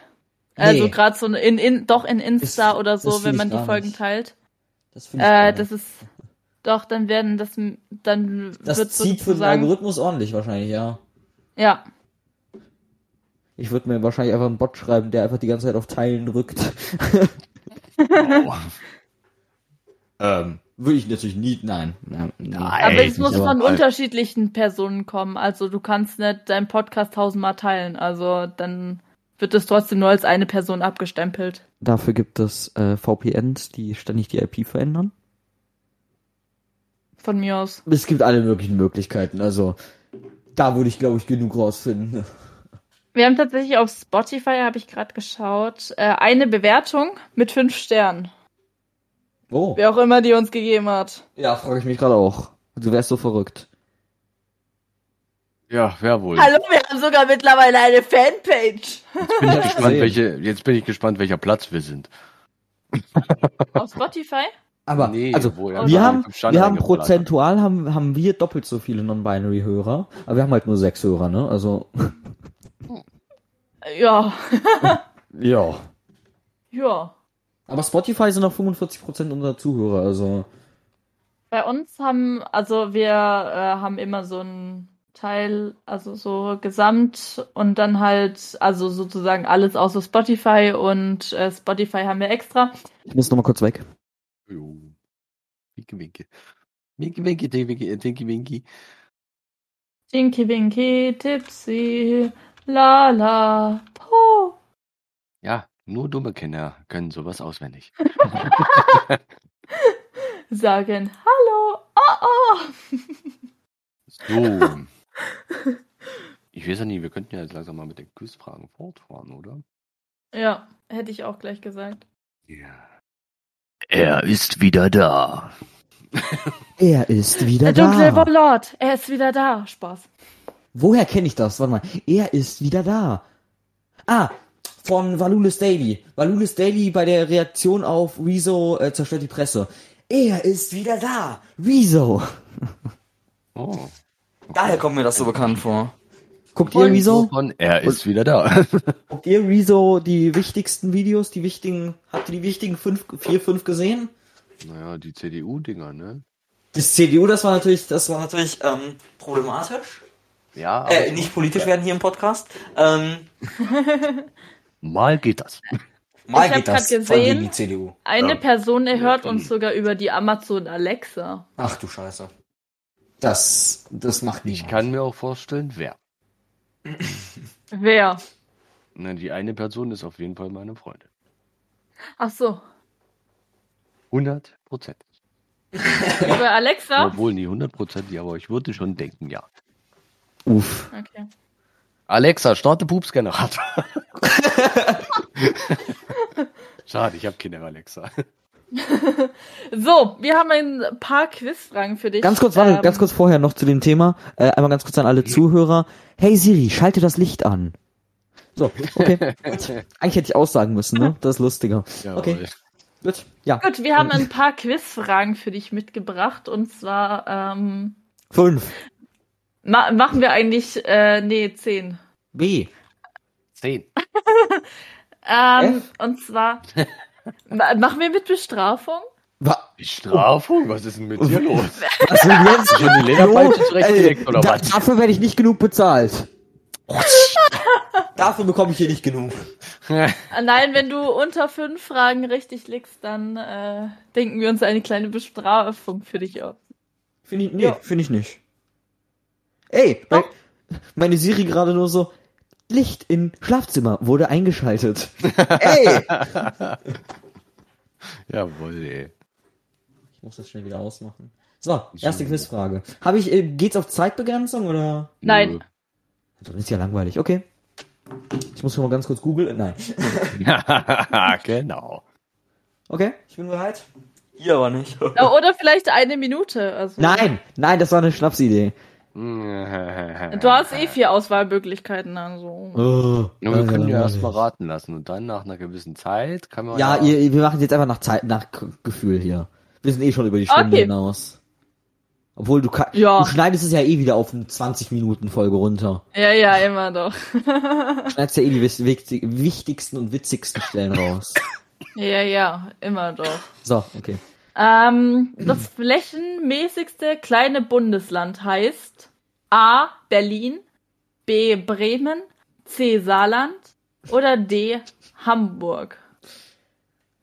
Also Nee. gerade so in, in, doch in Insta Das- oder das so, find wenn ich man die gar Folgen nicht. teilt. Das finde ich Äh, geil. das ist doch, dann werden das dann Das wird zieht für den sozusagen- Algorithmus ordentlich wahrscheinlich, ja. Ja. Ich würde mir wahrscheinlich einfach einen Bot schreiben, der einfach die ganze Zeit auf Teilen [LAUGHS] drückt. ähm, Würde ich natürlich nie, nein. nein, Nein. Aber Ey, es muss aber- von unterschiedlichen Personen kommen. Also du kannst nicht deinen Podcast tausendmal teilen. Also dann wird es trotzdem nur als eine Person abgestempelt. Dafür gibt es äh, VPNs, die ständig die IP verändern. Von mir aus. Es gibt alle möglichen Möglichkeiten, also da würde ich, glaube ich, genug rausfinden. [LAUGHS] Wir haben tatsächlich auf Spotify, habe ich gerade geschaut, äh, eine Bewertung mit fünf Sternen. Oh, ja, Wer auch immer die uns gegeben hat. frage ich mich gerade auch. Du wärst so verrückt. ja, wer wohl. Hallo, wir haben sogar mittlerweile eine Fanpage. Bin ich gespannt, Sehen. welche, jetzt bin ich gespannt, welcher Platz wir sind. Auf Spotify? [LAUGHS] Aber, Nee, also, wo ja, wir da haben, mit dem Stand wir haben eingeballert. prozentual haben, haben wir doppelt so viele Non-Binary-Hörer, aber wir haben halt nur sechs Hörer, ne? Also, Ja. ja. Ja. Aber Spotify sind noch 45% unserer Zuhörer, also. Bei uns haben, also wir äh, haben immer so einen Teil, also so gesamt und dann halt, also sozusagen alles außer Spotify und äh, Spotify haben wir extra. Ich muss nochmal kurz weg. Jo. Winke, winke. Winke, winke, dinke, winke, dinke, winke. Tinky Winky, Tipsy, la la, po. Ja, nur dumme Kinder können sowas auswendig. Sagen Hallo, oh [LAUGHS] So. Ich weiß ja nicht, wir könnten ja jetzt langsam mal mit den Quizfragen fortfahren, oder? oh. Ja, hätte ich auch gleich gesagt. Ja. Er ist wieder da. Er ist wieder Der dunkle da. Warlord, er ist wieder da. Spaß. Woher kenne ich das? Warte mal. Er ist wieder da. Ah, von Valulis Daily. Valulis Daily bei der Reaktion auf Rezo äh, zerstört die Presse. Er ist wieder da. Rezo. Oh. Daher kommt mir das so bekannt vor. Guckt ihr Rezo? Von er ist wieder da. Guckt ihr Rezo die wichtigsten Videos, die wichtigen, habt ihr die wichtigen fünf, vier, fünf gesehen? [LAUGHS] naja, die CDU-Dinger, ne? Das CDU, das war natürlich, das war natürlich ähm, problematisch. Ja, aber Äh, nicht politisch werden hier im Podcast. Ähm, mal geht das. Ich hab grad vor allem gesehen- gegen die CDU. Eine Ja. Person hört Ja. uns sogar über die Amazon Alexa. Ach du Scheiße. Das, das macht Ich kann mir auch vorstellen, wer. Wer? Na, Ne, die eine Person ist auf jeden Fall meine Freundin. Ach so. 100 Prozent. Über Alexa? Obwohl, nie 100 Prozent, aber ich würde schon denken, ja. Uff. Okay. Alexa, starte Pupsgenerator. [LAUGHS] Schade, ich habe keine Alexa. So, wir haben ein paar Quizfragen für dich. Ganz kurz, warte, Ähm, ganz kurz vorher noch zu dem Thema. Äh, einmal ganz kurz an alle Zuhörer. Hey Siri, schalte das Licht an. So, [LAUGHS] okay. Gut. Eigentlich hätte ich aussagen müssen, ne? Das ist lustiger. Okay. Gut, ja. Gut, wir haben ein paar Quizfragen für dich mitgebracht. Und zwar ähm, Fünf. ma machen wir eigentlich, äh, nee, zehn. B. Zehn. Ähm, F? und zwar [LAUGHS] ma machen wir mit Bestrafung? Wa Bestrafung? Was ist denn mit [LAUGHS] dir los? was denn jetzt? Äh, Schon die Lederpeitsche zurechtgelegt, oder da, was? Dafür werde ich nicht genug bezahlt. dafür bekomme ich hier nicht genug. Allein wenn du unter fünf Fragen richtig liegst, dann äh, denken wir uns eine kleine Bestrafung für dich aus. Finde ich, nee, finde ich nicht. Ey, mein, meine Siri gerade nur so, Licht im Schlafzimmer wurde [LAUGHS] eingeschaltet. Ey! Jawohl, ey. Ich muss das schnell wieder ausmachen. So, erste erste So. Quizfrage. Habe ich, äh, geht's auf Zeitbegrenzung oder? Nein. Das Also, ist ja langweilig, okay. Ich muss schon mal ganz kurz googeln. Nein. Nö. Ah, genau. [LAUGHS] Okay, ich bin bereit. Ihr aber nicht. Ja, Äh, oder vielleicht eine Minute. Also. Nein, nein, das war eine Schnapsidee. Du hast eh vier Auswahlmöglichkeiten. Also. Oh, Nun, wir können ja erstmal raten lassen und dann nach einer gewissen Zeit kann man. Ja, ihr, ihr- wir machen jetzt einfach nach Zeit, nach K- Gefühl hier. Wir sind eh schon über die Stunde Okay. hinaus. Obwohl du, ka- Ja. du schneidest es ja eh wieder auf eine 20 Minuten Folge runter. Ja, ja, immer doch. Du schneidest ja eh die wis- wichtig- wichtigsten und witzigsten Stellen [LAUGHS] raus. ja, ja, immer doch. So, okay. Ähm, das flächenmäßigste kleine Bundesland heißt A. Berlin, B. Bremen, C. Saarland oder D. Hamburg.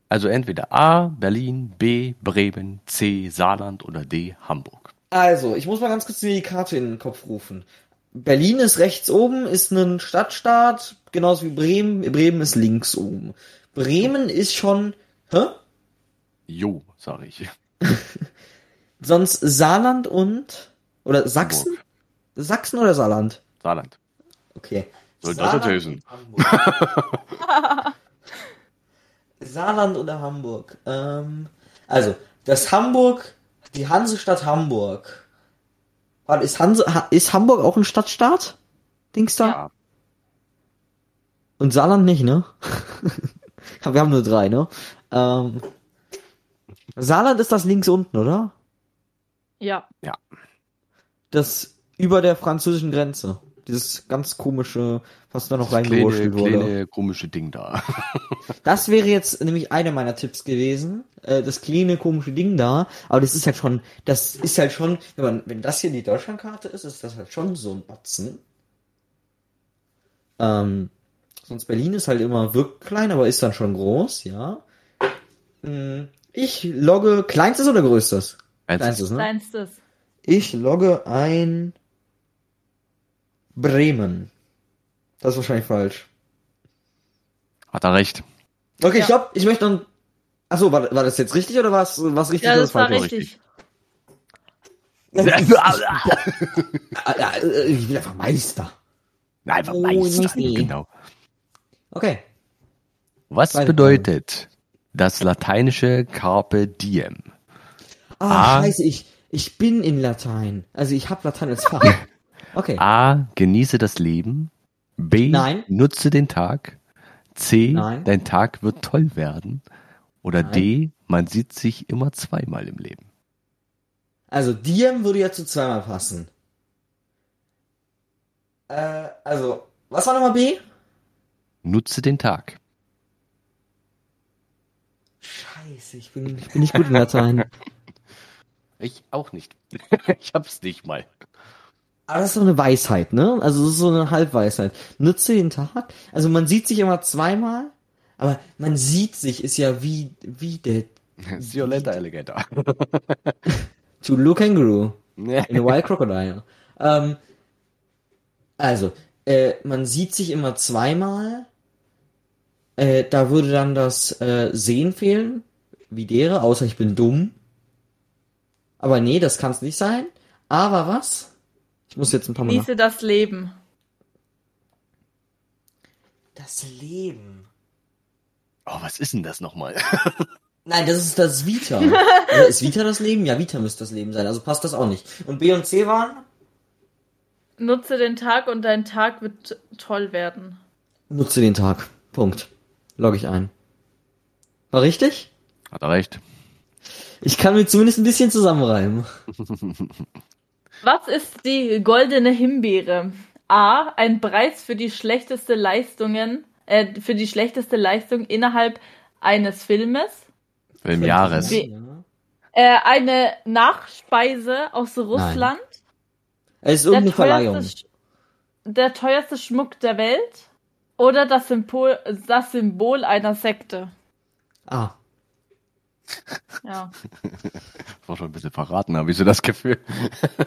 Also entweder A, Berlin, B, Bremen, C, Saarland oder D, Hamburg. Also, ich muss mal ganz kurz mir die Karte in den Kopf rufen. Berlin ist rechts oben, ist ein Stadtstaat, genauso wie Bremen. Bremen ist links oben. Bremen ist schon, hä? Jo, sage ich. Sonst Saarland und, oder Sachsen? Hamburg. Sachsen oder Saarland? Saarland. Okay. Soll das Saarland erzählen? und [LAUGHS] Hamburg. Saarland oder Hamburg? Ähm, also, das Hamburg, die Hansestadt Hamburg. Warte, ist, Hanse, ha, ist Hamburg auch ein Stadtstaat? Dings da? Ja. Und Saarland nicht, ne? [LAUGHS] Wir haben nur drei, ne? Ähm, Saarland ist das links unten, oder? Ja. Das über der französischen Grenze. Dieses ganz komische, was da noch Kleine, reingewurschtelt wurde. kleine komische Ding da. Das wäre jetzt nämlich einer meiner Tipps gewesen. Äh, das kleine komische Ding da. Aber das ist halt schon, das ist halt schon, wenn man, wenn das hier die Deutschlandkarte ist, ist das halt schon so ein Batzen. Ähm, sonst Berlin ist halt immer wirklich klein, aber ist dann schon groß, ja. Hm, Ich logge kleinstes oder größtes? Kleinstes, Hm? ne? Kleinstes. Ich logge ein Bremen. Das ist wahrscheinlich falsch. Hat er recht. Okay, Ja. ich glaube, ich möchte dann. Achso, war, war das jetzt richtig oder war es was richtig Ja, oder das was war falsch? richtig. Ah, äh, äh, Ich bin einfach Meister. Nein, war Oh, Meister. nicht die. Genau. Okay. Was Weiter. bedeutet das lateinische Carpe Diem? Ah, Ah. scheiße, ich, ich bin in Latein. Also ich habe Latein als Fach. Okay. A. Genieße das Leben. B. Nein. Nutze den Tag. C. Nein. Dein Tag wird toll werden. Oder Nein. D. Man sieht sich immer zweimal im Leben. Also Diem würde ja zu zweimal passen. Äh, also, was war nochmal B? Nutze den Tag. Scheiße, ich bin, ich bin nicht gut in Latein. Ich auch nicht. [LAUGHS] ich hab's nicht mal. Aber das ist so eine Weisheit, ne? Also das ist so eine Halbweisheit. Nutze den Tag. Also man sieht sich immer zweimal, aber man sieht sich ist ja wie wie der See you later, Alligator. To Look Kangaroo in a Wild Crocodile. ähm, also äh, man sieht sich immer zweimal. Äh, da würde dann das äh, Sehen fehlen, wie deren, außer ich bin dumm. Aber nee, das kann's nicht sein. Aber was? Ich muss jetzt ein paar Mal. Genieße das Leben. Das Leben. Oh, was ist denn das nochmal? Nein, das ist das [LAUGHS] Vita. Oder ist Vita das Leben? Ja, Vita müsste das Leben sein, also passt das auch nicht. Und B und C waren? Nutze den Tag und dein Tag wird toll werden. Nutze den Tag. Punkt. Log ich ein. War richtig? [LAUGHS] Hat er recht. Ich kann mir zumindest ein bisschen zusammenreimen. Was ist die goldene Himbeere? A. Ein Preis für die schlechteste Leistungen, äh, für die schlechteste Leistung innerhalb eines Filmes. Im Jahres. B. Äh, eine Nachspeise aus Russland. Es ist irgendeine Verleihung. Sch- der teuerste Schmuck der Welt. Oder das Symbol, das Symbol einer Sekte. Ah. Ja. War schon ein bisschen verraten, habe ich so das Gefühl.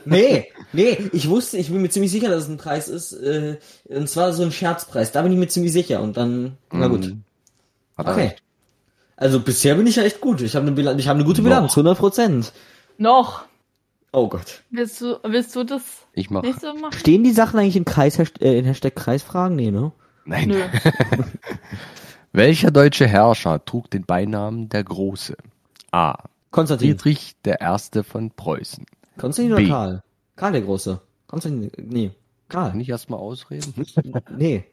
Nee, nee, ich wusste, ich bin mir ziemlich sicher, dass es ein Preis ist. Äh, und zwar so ein Scherzpreis. Da bin ich mir ziemlich sicher. Und dann, na gut. Mhm. Hat er Okay. recht. Also bisher bin ich ja echt gut. Ich habe eine, Bilanz- ich hab eine gute Bilanz, 100%. Noch. Oh Gott. Willst du, willst du das Ich mach. nicht so machen? Stehen die Sachen eigentlich in Kreis, Hasht- äh, in Hashtag Kreisfragen? Nee, ne? Nein. Nö. Welcher deutsche Herrscher trug den Beinamen der Große? A. Konstantin. Friedrich I. von Preußen. Konstantin B. oder Karl? Karl der Große. Konstantin, nee. Kann Karl. ich erstmal ausreden? Nee.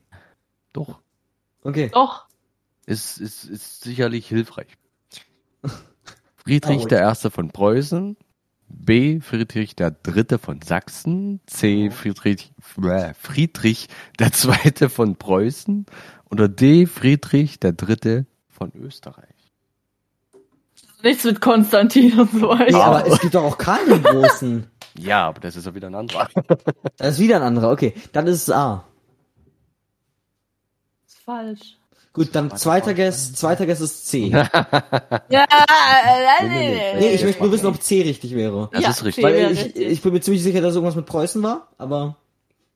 Doch. [LAUGHS] Okay. Doch. Ist, ist, ist sicherlich hilfreich. Friedrich Traurig. I. von Preußen. B. Friedrich III. von Sachsen. C. Friedrich, bäh, Friedrich II. von Preußen. Oder D. Friedrich III. von Österreich. Nichts mit Konstantin und so Nee, weiter. aber es gibt doch auch Karl den Großen. Ja, aber das ist ja wieder ein anderer. Das ist wieder ein anderer. Okay, dann ist es A. Ist falsch. Gut, dann zweiter Guess, zweiter Guess ist C. Ja, äh, Nee, nee, nee. Nee, ich möchte nur wissen, ob C richtig wäre. Das ja, ist richtig. C wäre Weil ich, richtig. ich bin mir ziemlich sicher, dass irgendwas mit Preußen war, aber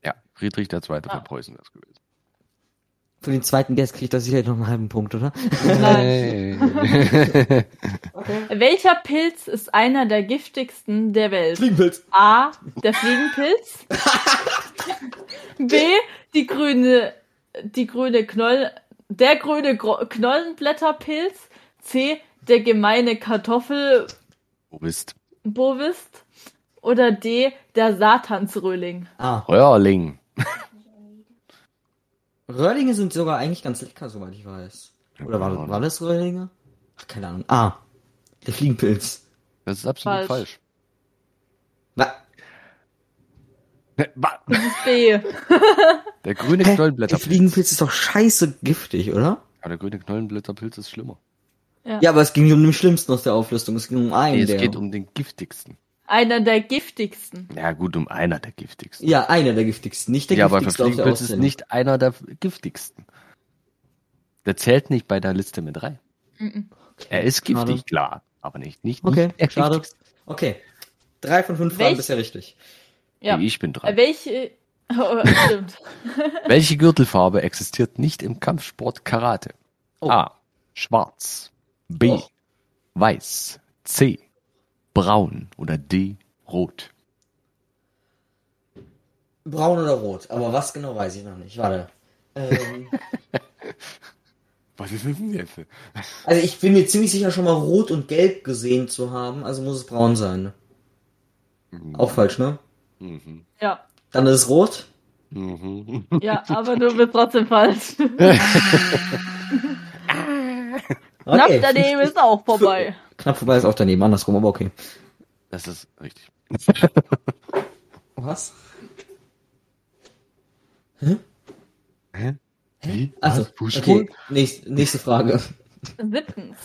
Ja, Friedrich II. Ah. von Preußen das gewesen. für den zweiten Guess kriegt das sicherlich noch einen halben Punkt, oder? Nein. Welcher Pilz ist einer der giftigsten der Welt? Fliegenpilz. A. Der Fliegenpilz. B. Die grüne, die grüne Knoll, der grüne Gro Knollenblätterpilz. C. Der gemeine Kartoffelbovist. Wo bist Oder D. Der Satansröhling. Ah, Röhrling? Röhrlinge sind sogar eigentlich ganz lecker, soweit ich weiß. Oder war, war das Röhrlinge? Ach, keine Ahnung. Ah, der Fliegenpilz. Das ist absolut Falsch. falsch. Wa- [LAUGHS] Wa- Das ist B. Der grüne Hä? Knollenblätter. Der Fliegenpilz ist doch scheiße giftig, oder? Ja, der grüne Knollenblätterpilz ist schlimmer. Ja, aber es ging nicht um den schlimmsten aus der Auflistung. Es ging um einen, Nee, es der. geht um den giftigsten. Einer der giftigsten. Ja, gut, um einer der giftigsten. ja, einer der giftigsten. Nicht der ja, aber für giftigste aus der Fliegenpilz ist Auflistung. nicht einer der giftigsten. Der zählt nicht bei der Liste mit rein. Mhm. Er ist Schade. giftig, klar, aber nicht nicht. Okay, nicht der Hm? schade. giftigste. Okay. Drei von fünf Welch- Fragen bisher richtig. Ja. Nee, Ich bin Äh, dran. Welche. [LAUGHS] Oh, stimmt. Welche Gürtelfarbe existiert nicht im Kampfsport Karate? Oh. A. Schwarz. B. Oh. Weiß. C. Braun oder D. Rot. Braun oder rot, aber was genau weiß ich noch nicht. Warte. Ähm, [LAUGHS] Was ist denn jetzt? also ich bin mir ziemlich sicher schon mal rot und gelb gesehen zu haben, also muss es braun sein. Auch falsch, ne? Mhm. Ja, Dann ist es rot. Mhm. ja, aber du bist trotzdem falsch. Knapp Okay. daneben ist auch vorbei. Knapp vorbei ist auch daneben, andersrum, aber okay. Das ist richtig. Was? Wie? Also, Was? Fußball? okay. Nächst, nächste Frage. Siebtens.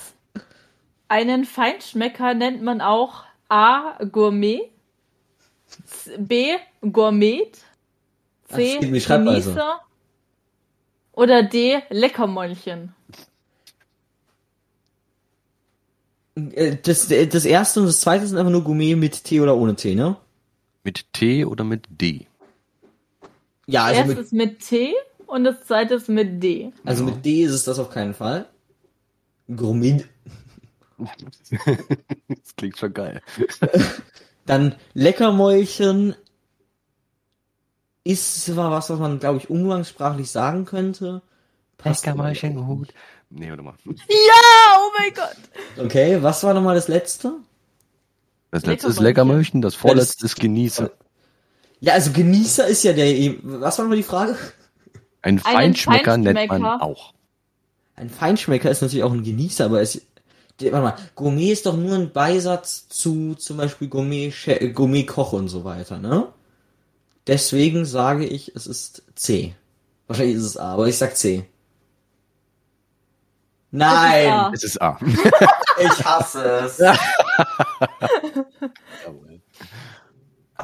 Einen Feinschmecker nennt man auch A. Gourmet, Z- B. Gourmet, C. Ach, stimmt, die Schreibweise. Genießer oder D. Leckermäulchen. Äh, Das, das erste und das zweite sind einfach nur Gourmet mit T oder ohne T, ne? Mit T oder mit D? Ja, also mit, Erstes mit T und das zweite ist mit D. also mit D ist es das auf keinen Fall. Gourmet. das klingt schon geil. Dann Leckermäulchen ist zwar was, was man, glaube ich, umgangssprachlich sagen könnte. Passt aber, glaub ich, gut. Nee, warte mal. Ja, oh mein Gott. nicht. Okay, was war nochmal das letzte? Das letzte ist Leckermäulchen. Leckermöchen, das vorletzte ist Genieße. Ja, also Genießer ist ja der. Was war nochmal die Frage? Ein Feinschmecker nennt man Feinschmecker. auch. Ein Feinschmecker ist natürlich auch ein Genießer, aber es. der- Warte mal, Gourmet ist doch nur ein Beisatz zu zum Beispiel Gourmet, Che- äh, Gourmet Koch und so weiter, ne? Deswegen sage ich, es ist C. Wahrscheinlich ist es A, aber ich sag C. A. Nein! Es ist A. Ich hasse es!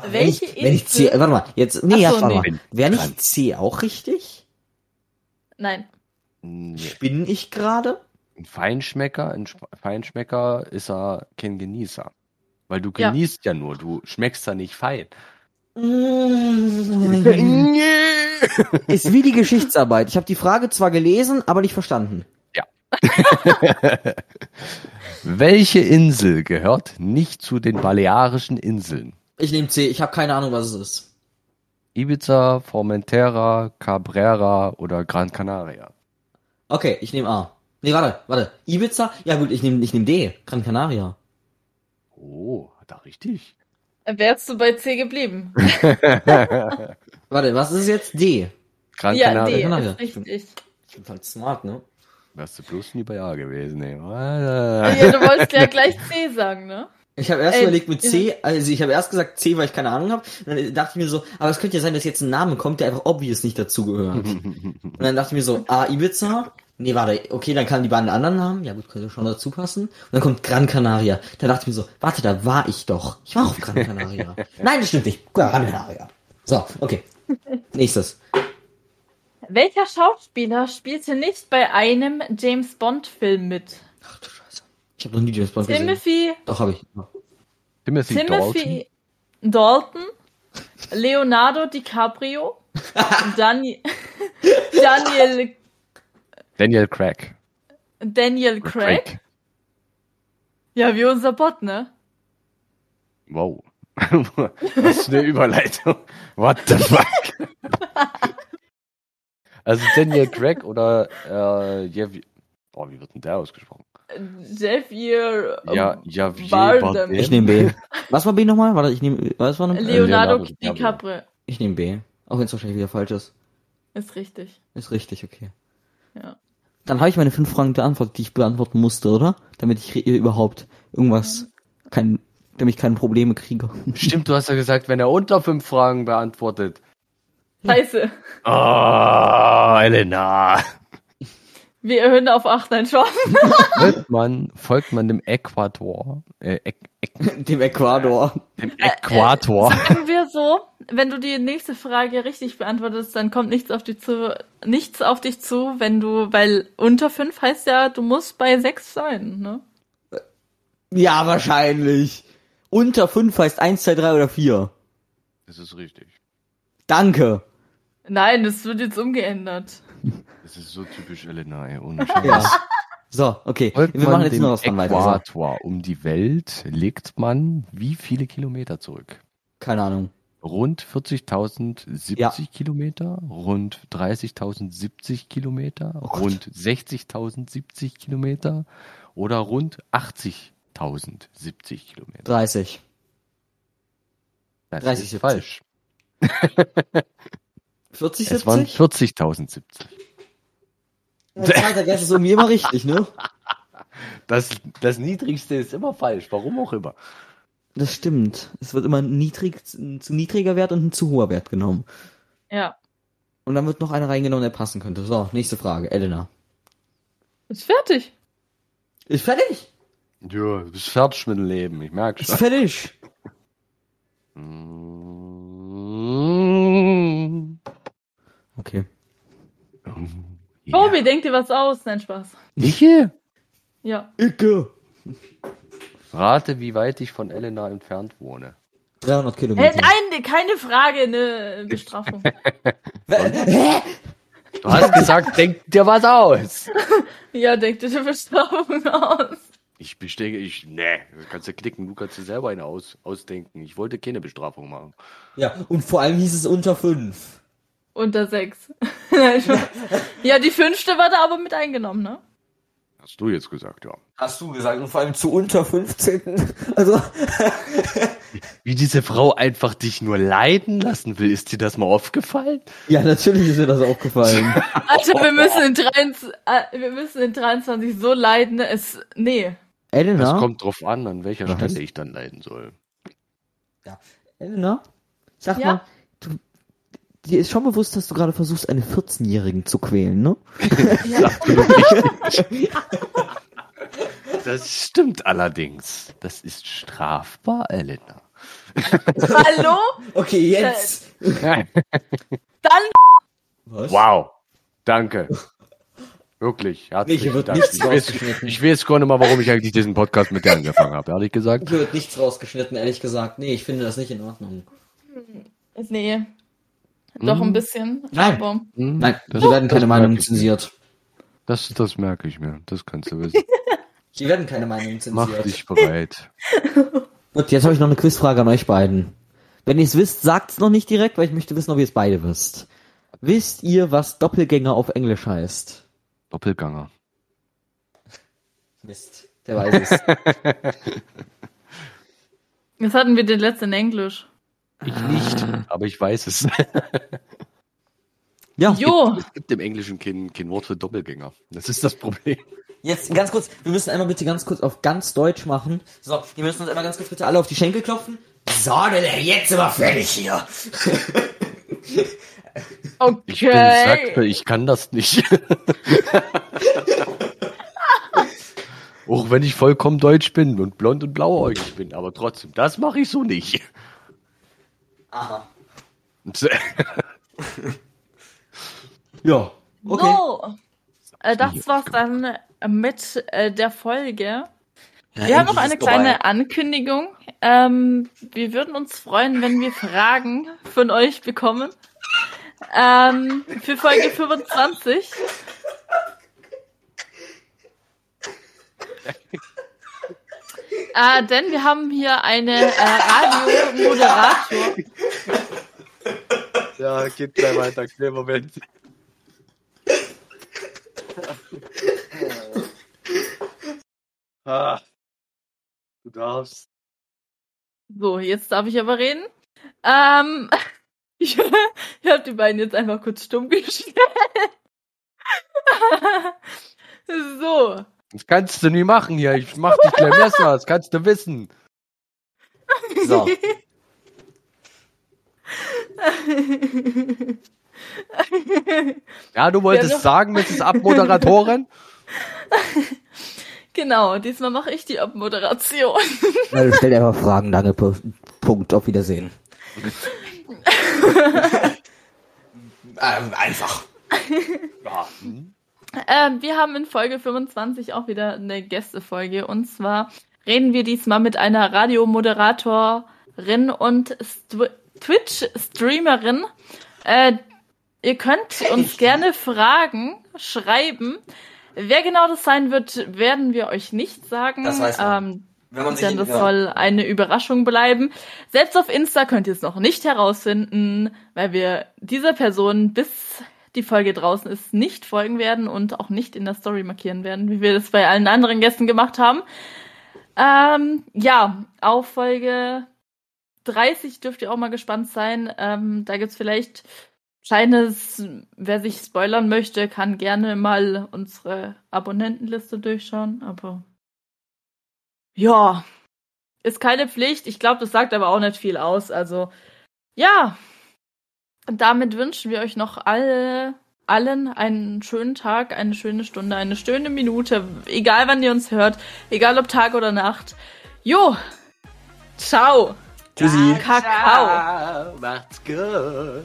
wenn ich, Welche wenn ich C. Insel- Warte mal, jetzt. Nee, Ach ja, so, warte nee. mal. Wäre nicht C auch richtig? Nein. Nee. Spinne ich [LAUGHS] gerade? Ein Feinschmecker, ein Sp- Feinschmecker ist er kein Genießer. Weil du Ja. genießt ja, nur, du schmeckst ja nicht fein. Mm. Ist wie die Geschichtsarbeit. Ich habe die Frage zwar gelesen, aber nicht verstanden. Welche Insel gehört nicht zu den Balearischen Inseln? Ich nehme C, ich habe keine Ahnung, was es ist. Ibiza, Formentera, Cabrera oder Gran Canaria? Okay, ich nehme A. Nee, warte, warte. Ibiza? Ja gut, ich nehme ich nehm D. Gran Canaria. Oh, da richtig. Dann wärst du bei C geblieben. Gran Warte, was ist jetzt D? ja, Canaria. D, Canaria. ist richtig. Ich bin halt smart, ne? Wärst du bloß nie bei A gewesen, ey. Äh, Ja, du [LAUGHS] wolltest ja gleich C sagen, ne? Ich habe erst Ey, überlegt mit C, also ich habe erst gesagt C, weil ich keine Ahnung habe. Dann dachte ich mir so, aber es könnte ja sein, dass jetzt ein Name kommt, der einfach obvious nicht [LAUGHS] dazugehört. Und dann dachte ich mir so, A, Ibiza. Nee, warte, okay, dann kamen die beiden anderen Namen. Ja gut, könnte schon dazu passen. Und dann kommt Gran Canaria. Da dachte ich mir so, warte, da war ich doch. Ich war auf Gran [LAUGHS] Canaria. Nein, das stimmt nicht. Gran Canaria. So, okay. Nächstes. Welcher Schauspieler spielte nicht bei einem James Bond-Film mit? Ach du Scheiße. Ich habe noch nie James Bond gesehen. Timothy, Doch, habe ich. Timothy Dalton. Timothy Dalton, Leonardo [LAUGHS] DiCaprio, Dani [LAUGHS] Daniel, Daniel Craig. Daniel Craig. Ja, wie unser Bot, ne? Wow. [LAUGHS] Was für eine Überleitung. What the [LAUGHS] fuck? also Daniel Craig oder äh, Javier. Boah, wie wird denn der ausgesprochen? Javier, ähm, Ja, Javier Bardem. Bardem. Ich nehme B. [LAUGHS] Was war B nochmal? Warte, ich nehme. Was war nochmal? Leonardo, Leonardo DiCaprio. DiCaprio. Ich nehme B. Auch wenn es wahrscheinlich wieder falsch ist. Ist richtig. Ist richtig, okay. Ja. Dann habe ich meine fünf Fragen beantwortet, die ich beantworten musste, oder? Damit ich re- überhaupt irgendwas, kein, damit ich keine Probleme kriege. [LAUGHS] Stimmt, du hast ja gesagt, wenn er unter fünf Fragen [LAUGHS] beantwortet. Scheiße. Oh, Elena. Wir erhöhen auf 8 ein [LAUGHS] Chance. Folgt man, folgt man dem Äquator, äh, Äqu- Äqu- Dem Ecuador. dem Äquator, äh, Sagen wir so, wenn du die nächste Frage richtig beantwortest, dann kommt nichts auf dich zu, nichts auf dich zu, wenn du, weil unter fünf heißt ja, du musst bei sechs sein, ne? Ja, wahrscheinlich. Unter fünf heißt eins, zwei, drei oder vier. das ist richtig. Danke. Nein, das wird jetzt umgeändert. Das ist so typisch Elena, ey. Ja. So, okay. Folgt Wir man machen jetzt dem nur was von weiter. So, Äquator um die Welt, legt man wie viele Kilometer zurück? keine Ahnung. Rund 40.070 Ja. Kilometer, rund 30.070 Kilometer, Oh Gott. rund 60.070 Kilometer oder rund 80.070 Kilometer. 30. Das 30, ist 70. falsch. 40, Es waren [LAUGHS] 70? 40.070. Ja, das ist irgendwie immer richtig, ne? Das, das Niedrigste ist immer falsch, warum auch immer. Das stimmt. Es wird immer ein, niedrig, ein zu niedriger Wert und ein zu hoher Wert genommen. Ja. Und dann wird noch einer reingenommen, der passen könnte. So, nächste Frage. Elena. Ist fertig. Ist fertig. Ja, du bist fertig mit dem Leben, ich merke Ist [LAUGHS] schon. fertig. Mm. Okay. Tobi, denk dir was aus. Nein, Spaß. Michi? Ja. Icke. Rate, wie weit ich von Elena entfernt wohne. 300 Äh, Kilometer. nein, keine Frage, eine [LAUGHS] Bestrafung. [LAUGHS] Du hast gesagt, denk dir was aus. ja, denk dir eine Bestrafung aus. Ich bestehe, ich, nee, das kannst du klicken, du kannst dir selber eine aus, ausdenken. Ich wollte keine Bestrafung machen. Ja, und vor allem hieß es unter 5. Unter sechs. [LAUGHS] Nein, Spaß. ja, die fünfte war da aber mit eingenommen, ne? Hast du jetzt gesagt, ja. Hast du gesagt, und vor allem zu unter 15. [LAUGHS] Also, Wie diese Frau einfach dich nur leiden lassen will, ist dir das mal aufgefallen? ja, natürlich ist mir das aufgefallen. [LAUGHS] Alter, Also, wir müssen in 23, äh, wir müssen in 23 so leiden, ne? es, nee. Das Elena? kommt drauf an, an welcher Was? Stelle ich dann leiden soll. Elena? Sag Ja? mal, du, dir ist schon bewusst, dass du gerade versuchst, einen 14-Jährigen zu quälen, ne? Das stimmt allerdings. Das ist strafbar, Elena. Hallo? Okay, jetzt. Dann, Was? Wow, danke. [LAUGHS] Wirklich, herzlichen Hier wird Dank. nichts ich, weiß, rausgeschnitten. ich weiß gar nicht mal, warum ich eigentlich diesen Podcast mit dir angefangen habe, ehrlich gesagt. Hier wird nichts rausgeschnitten, ehrlich gesagt. Nee, ich finde das nicht in Ordnung. nee. Doch ein bisschen. Nein. Aber, Nein, Hm? das- hier werden keine das Meinungen merke ich zensiert. Das, das merke ich mir, das kannst du [LAUGHS] wissen. Hier werden keine Meinungen Mach zensiert. dich bereit. Gut, jetzt habe ich noch eine Quizfrage an euch beiden. Wenn ihr es wisst, sagt's noch nicht direkt, weil ich möchte wissen, ob ihr es beide wisst. Wisst ihr, was Doppelgänger auf Englisch heißt? [LAUGHS] Doppelganger. Mist. Der weiß es. Jetzt hatten wir den letzten in Englisch. Ich nicht, aber ich weiß es. [LAUGHS] ja. Jo, Es gibt im Englischen kein, kein Wort für Doppelgänger. Das ist das Problem. Jetzt ganz kurz, wir müssen einmal bitte ganz kurz auf ganz Deutsch machen. So, wir müssen uns einmal ganz kurz bitte alle auf die Schenkel klopfen. So, Alter, jetzt sind wir fertig hier. okay. Ich bin Sackte, ich kann das nicht. Auch wenn ich vollkommen deutsch bin und blond und blauäugig bin, aber trotzdem, das mache ich so nicht. Aha. ja. Okay. So. Äh, das war's dann mit äh, der Folge. Wir haben noch eine kleine Ankündigung. Ähm, wir würden uns freuen, wenn wir Fragen von euch bekommen. Ähm, für Folge 25. Äh, denn wir haben hier eine äh, Radiomoderator. Ja, geht gleich weiter, schnell Moment. ah, du darfst. So, jetzt darf ich aber reden. Ähm, [LAUGHS] ich, ich habe die beiden jetzt einfach kurz stumm gestellt. [LAUGHS] so, Das kannst du nie machen hier, ich mach dich gleich besser, das kannst du wissen. [LAUGHS] So. Ja, du Ja, wolltest doch. sagen, Mrs. Abmoderatorin? genau, diesmal mache ich die Abmoderation. Also stell dir einfach Fragen, danke. P- Punkt, auf Wiedersehen. Ähm, einfach. ja. Ähm, wir haben in Folge 25 auch wieder eine Gästefolge. Und zwar reden wir diesmal mit einer Radiomoderatorin und Stw- Twitch-Streamerin. Äh, ihr könnt uns gerne Fragen schreiben. Wer genau das sein wird, werden wir euch nicht sagen. Das weiß man. Ähm, Wenn man sich denn das ja. soll eine Überraschung bleiben. Selbst auf Insta könnt ihr es noch nicht herausfinden, weil wir dieser Person, bis die Folge draußen ist, nicht folgen werden und auch nicht in der Story markieren werden, wie wir das bei allen anderen Gästen gemacht haben. Ähm, ja, auf Folge 30 dürft ihr auch mal gespannt sein. Ähm, da gibt's vielleicht Scheines, wer sich spoilern möchte, kann gerne mal unsere Abonnentenliste durchschauen, aber ja, ist keine Pflicht. Ich glaube, das sagt aber auch nicht viel aus. Also, ja. Und damit wünschen wir euch noch alle, allen einen schönen Tag, eine schöne Stunde, eine schöne Minute. Egal, wann ihr uns hört. Egal, ob Tag oder Nacht. Jo. Ciao. Tschüssi. Kakao. Macht's gut.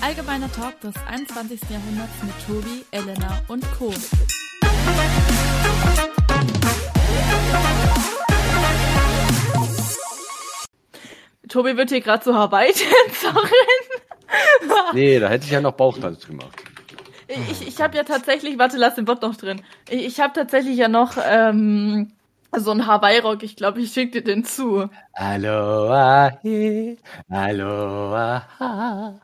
Allgemeiner Talk des 21. Jahrhunderts mit Tobi, Elena und Co. Tobi wird hier gerade so Hawaii-Tänzerin. [LAUGHS] [LAUGHS] Nee, da hätte ich ja noch Bauchtanz gemacht. Ich, ich habe ja tatsächlich, warte, lass den Bot noch drin. Ich, ich habe tatsächlich ja noch ähm, so einen Hawaii-Rock. Ich glaube, ich schicke dir den zu. Aloha, he, aloha.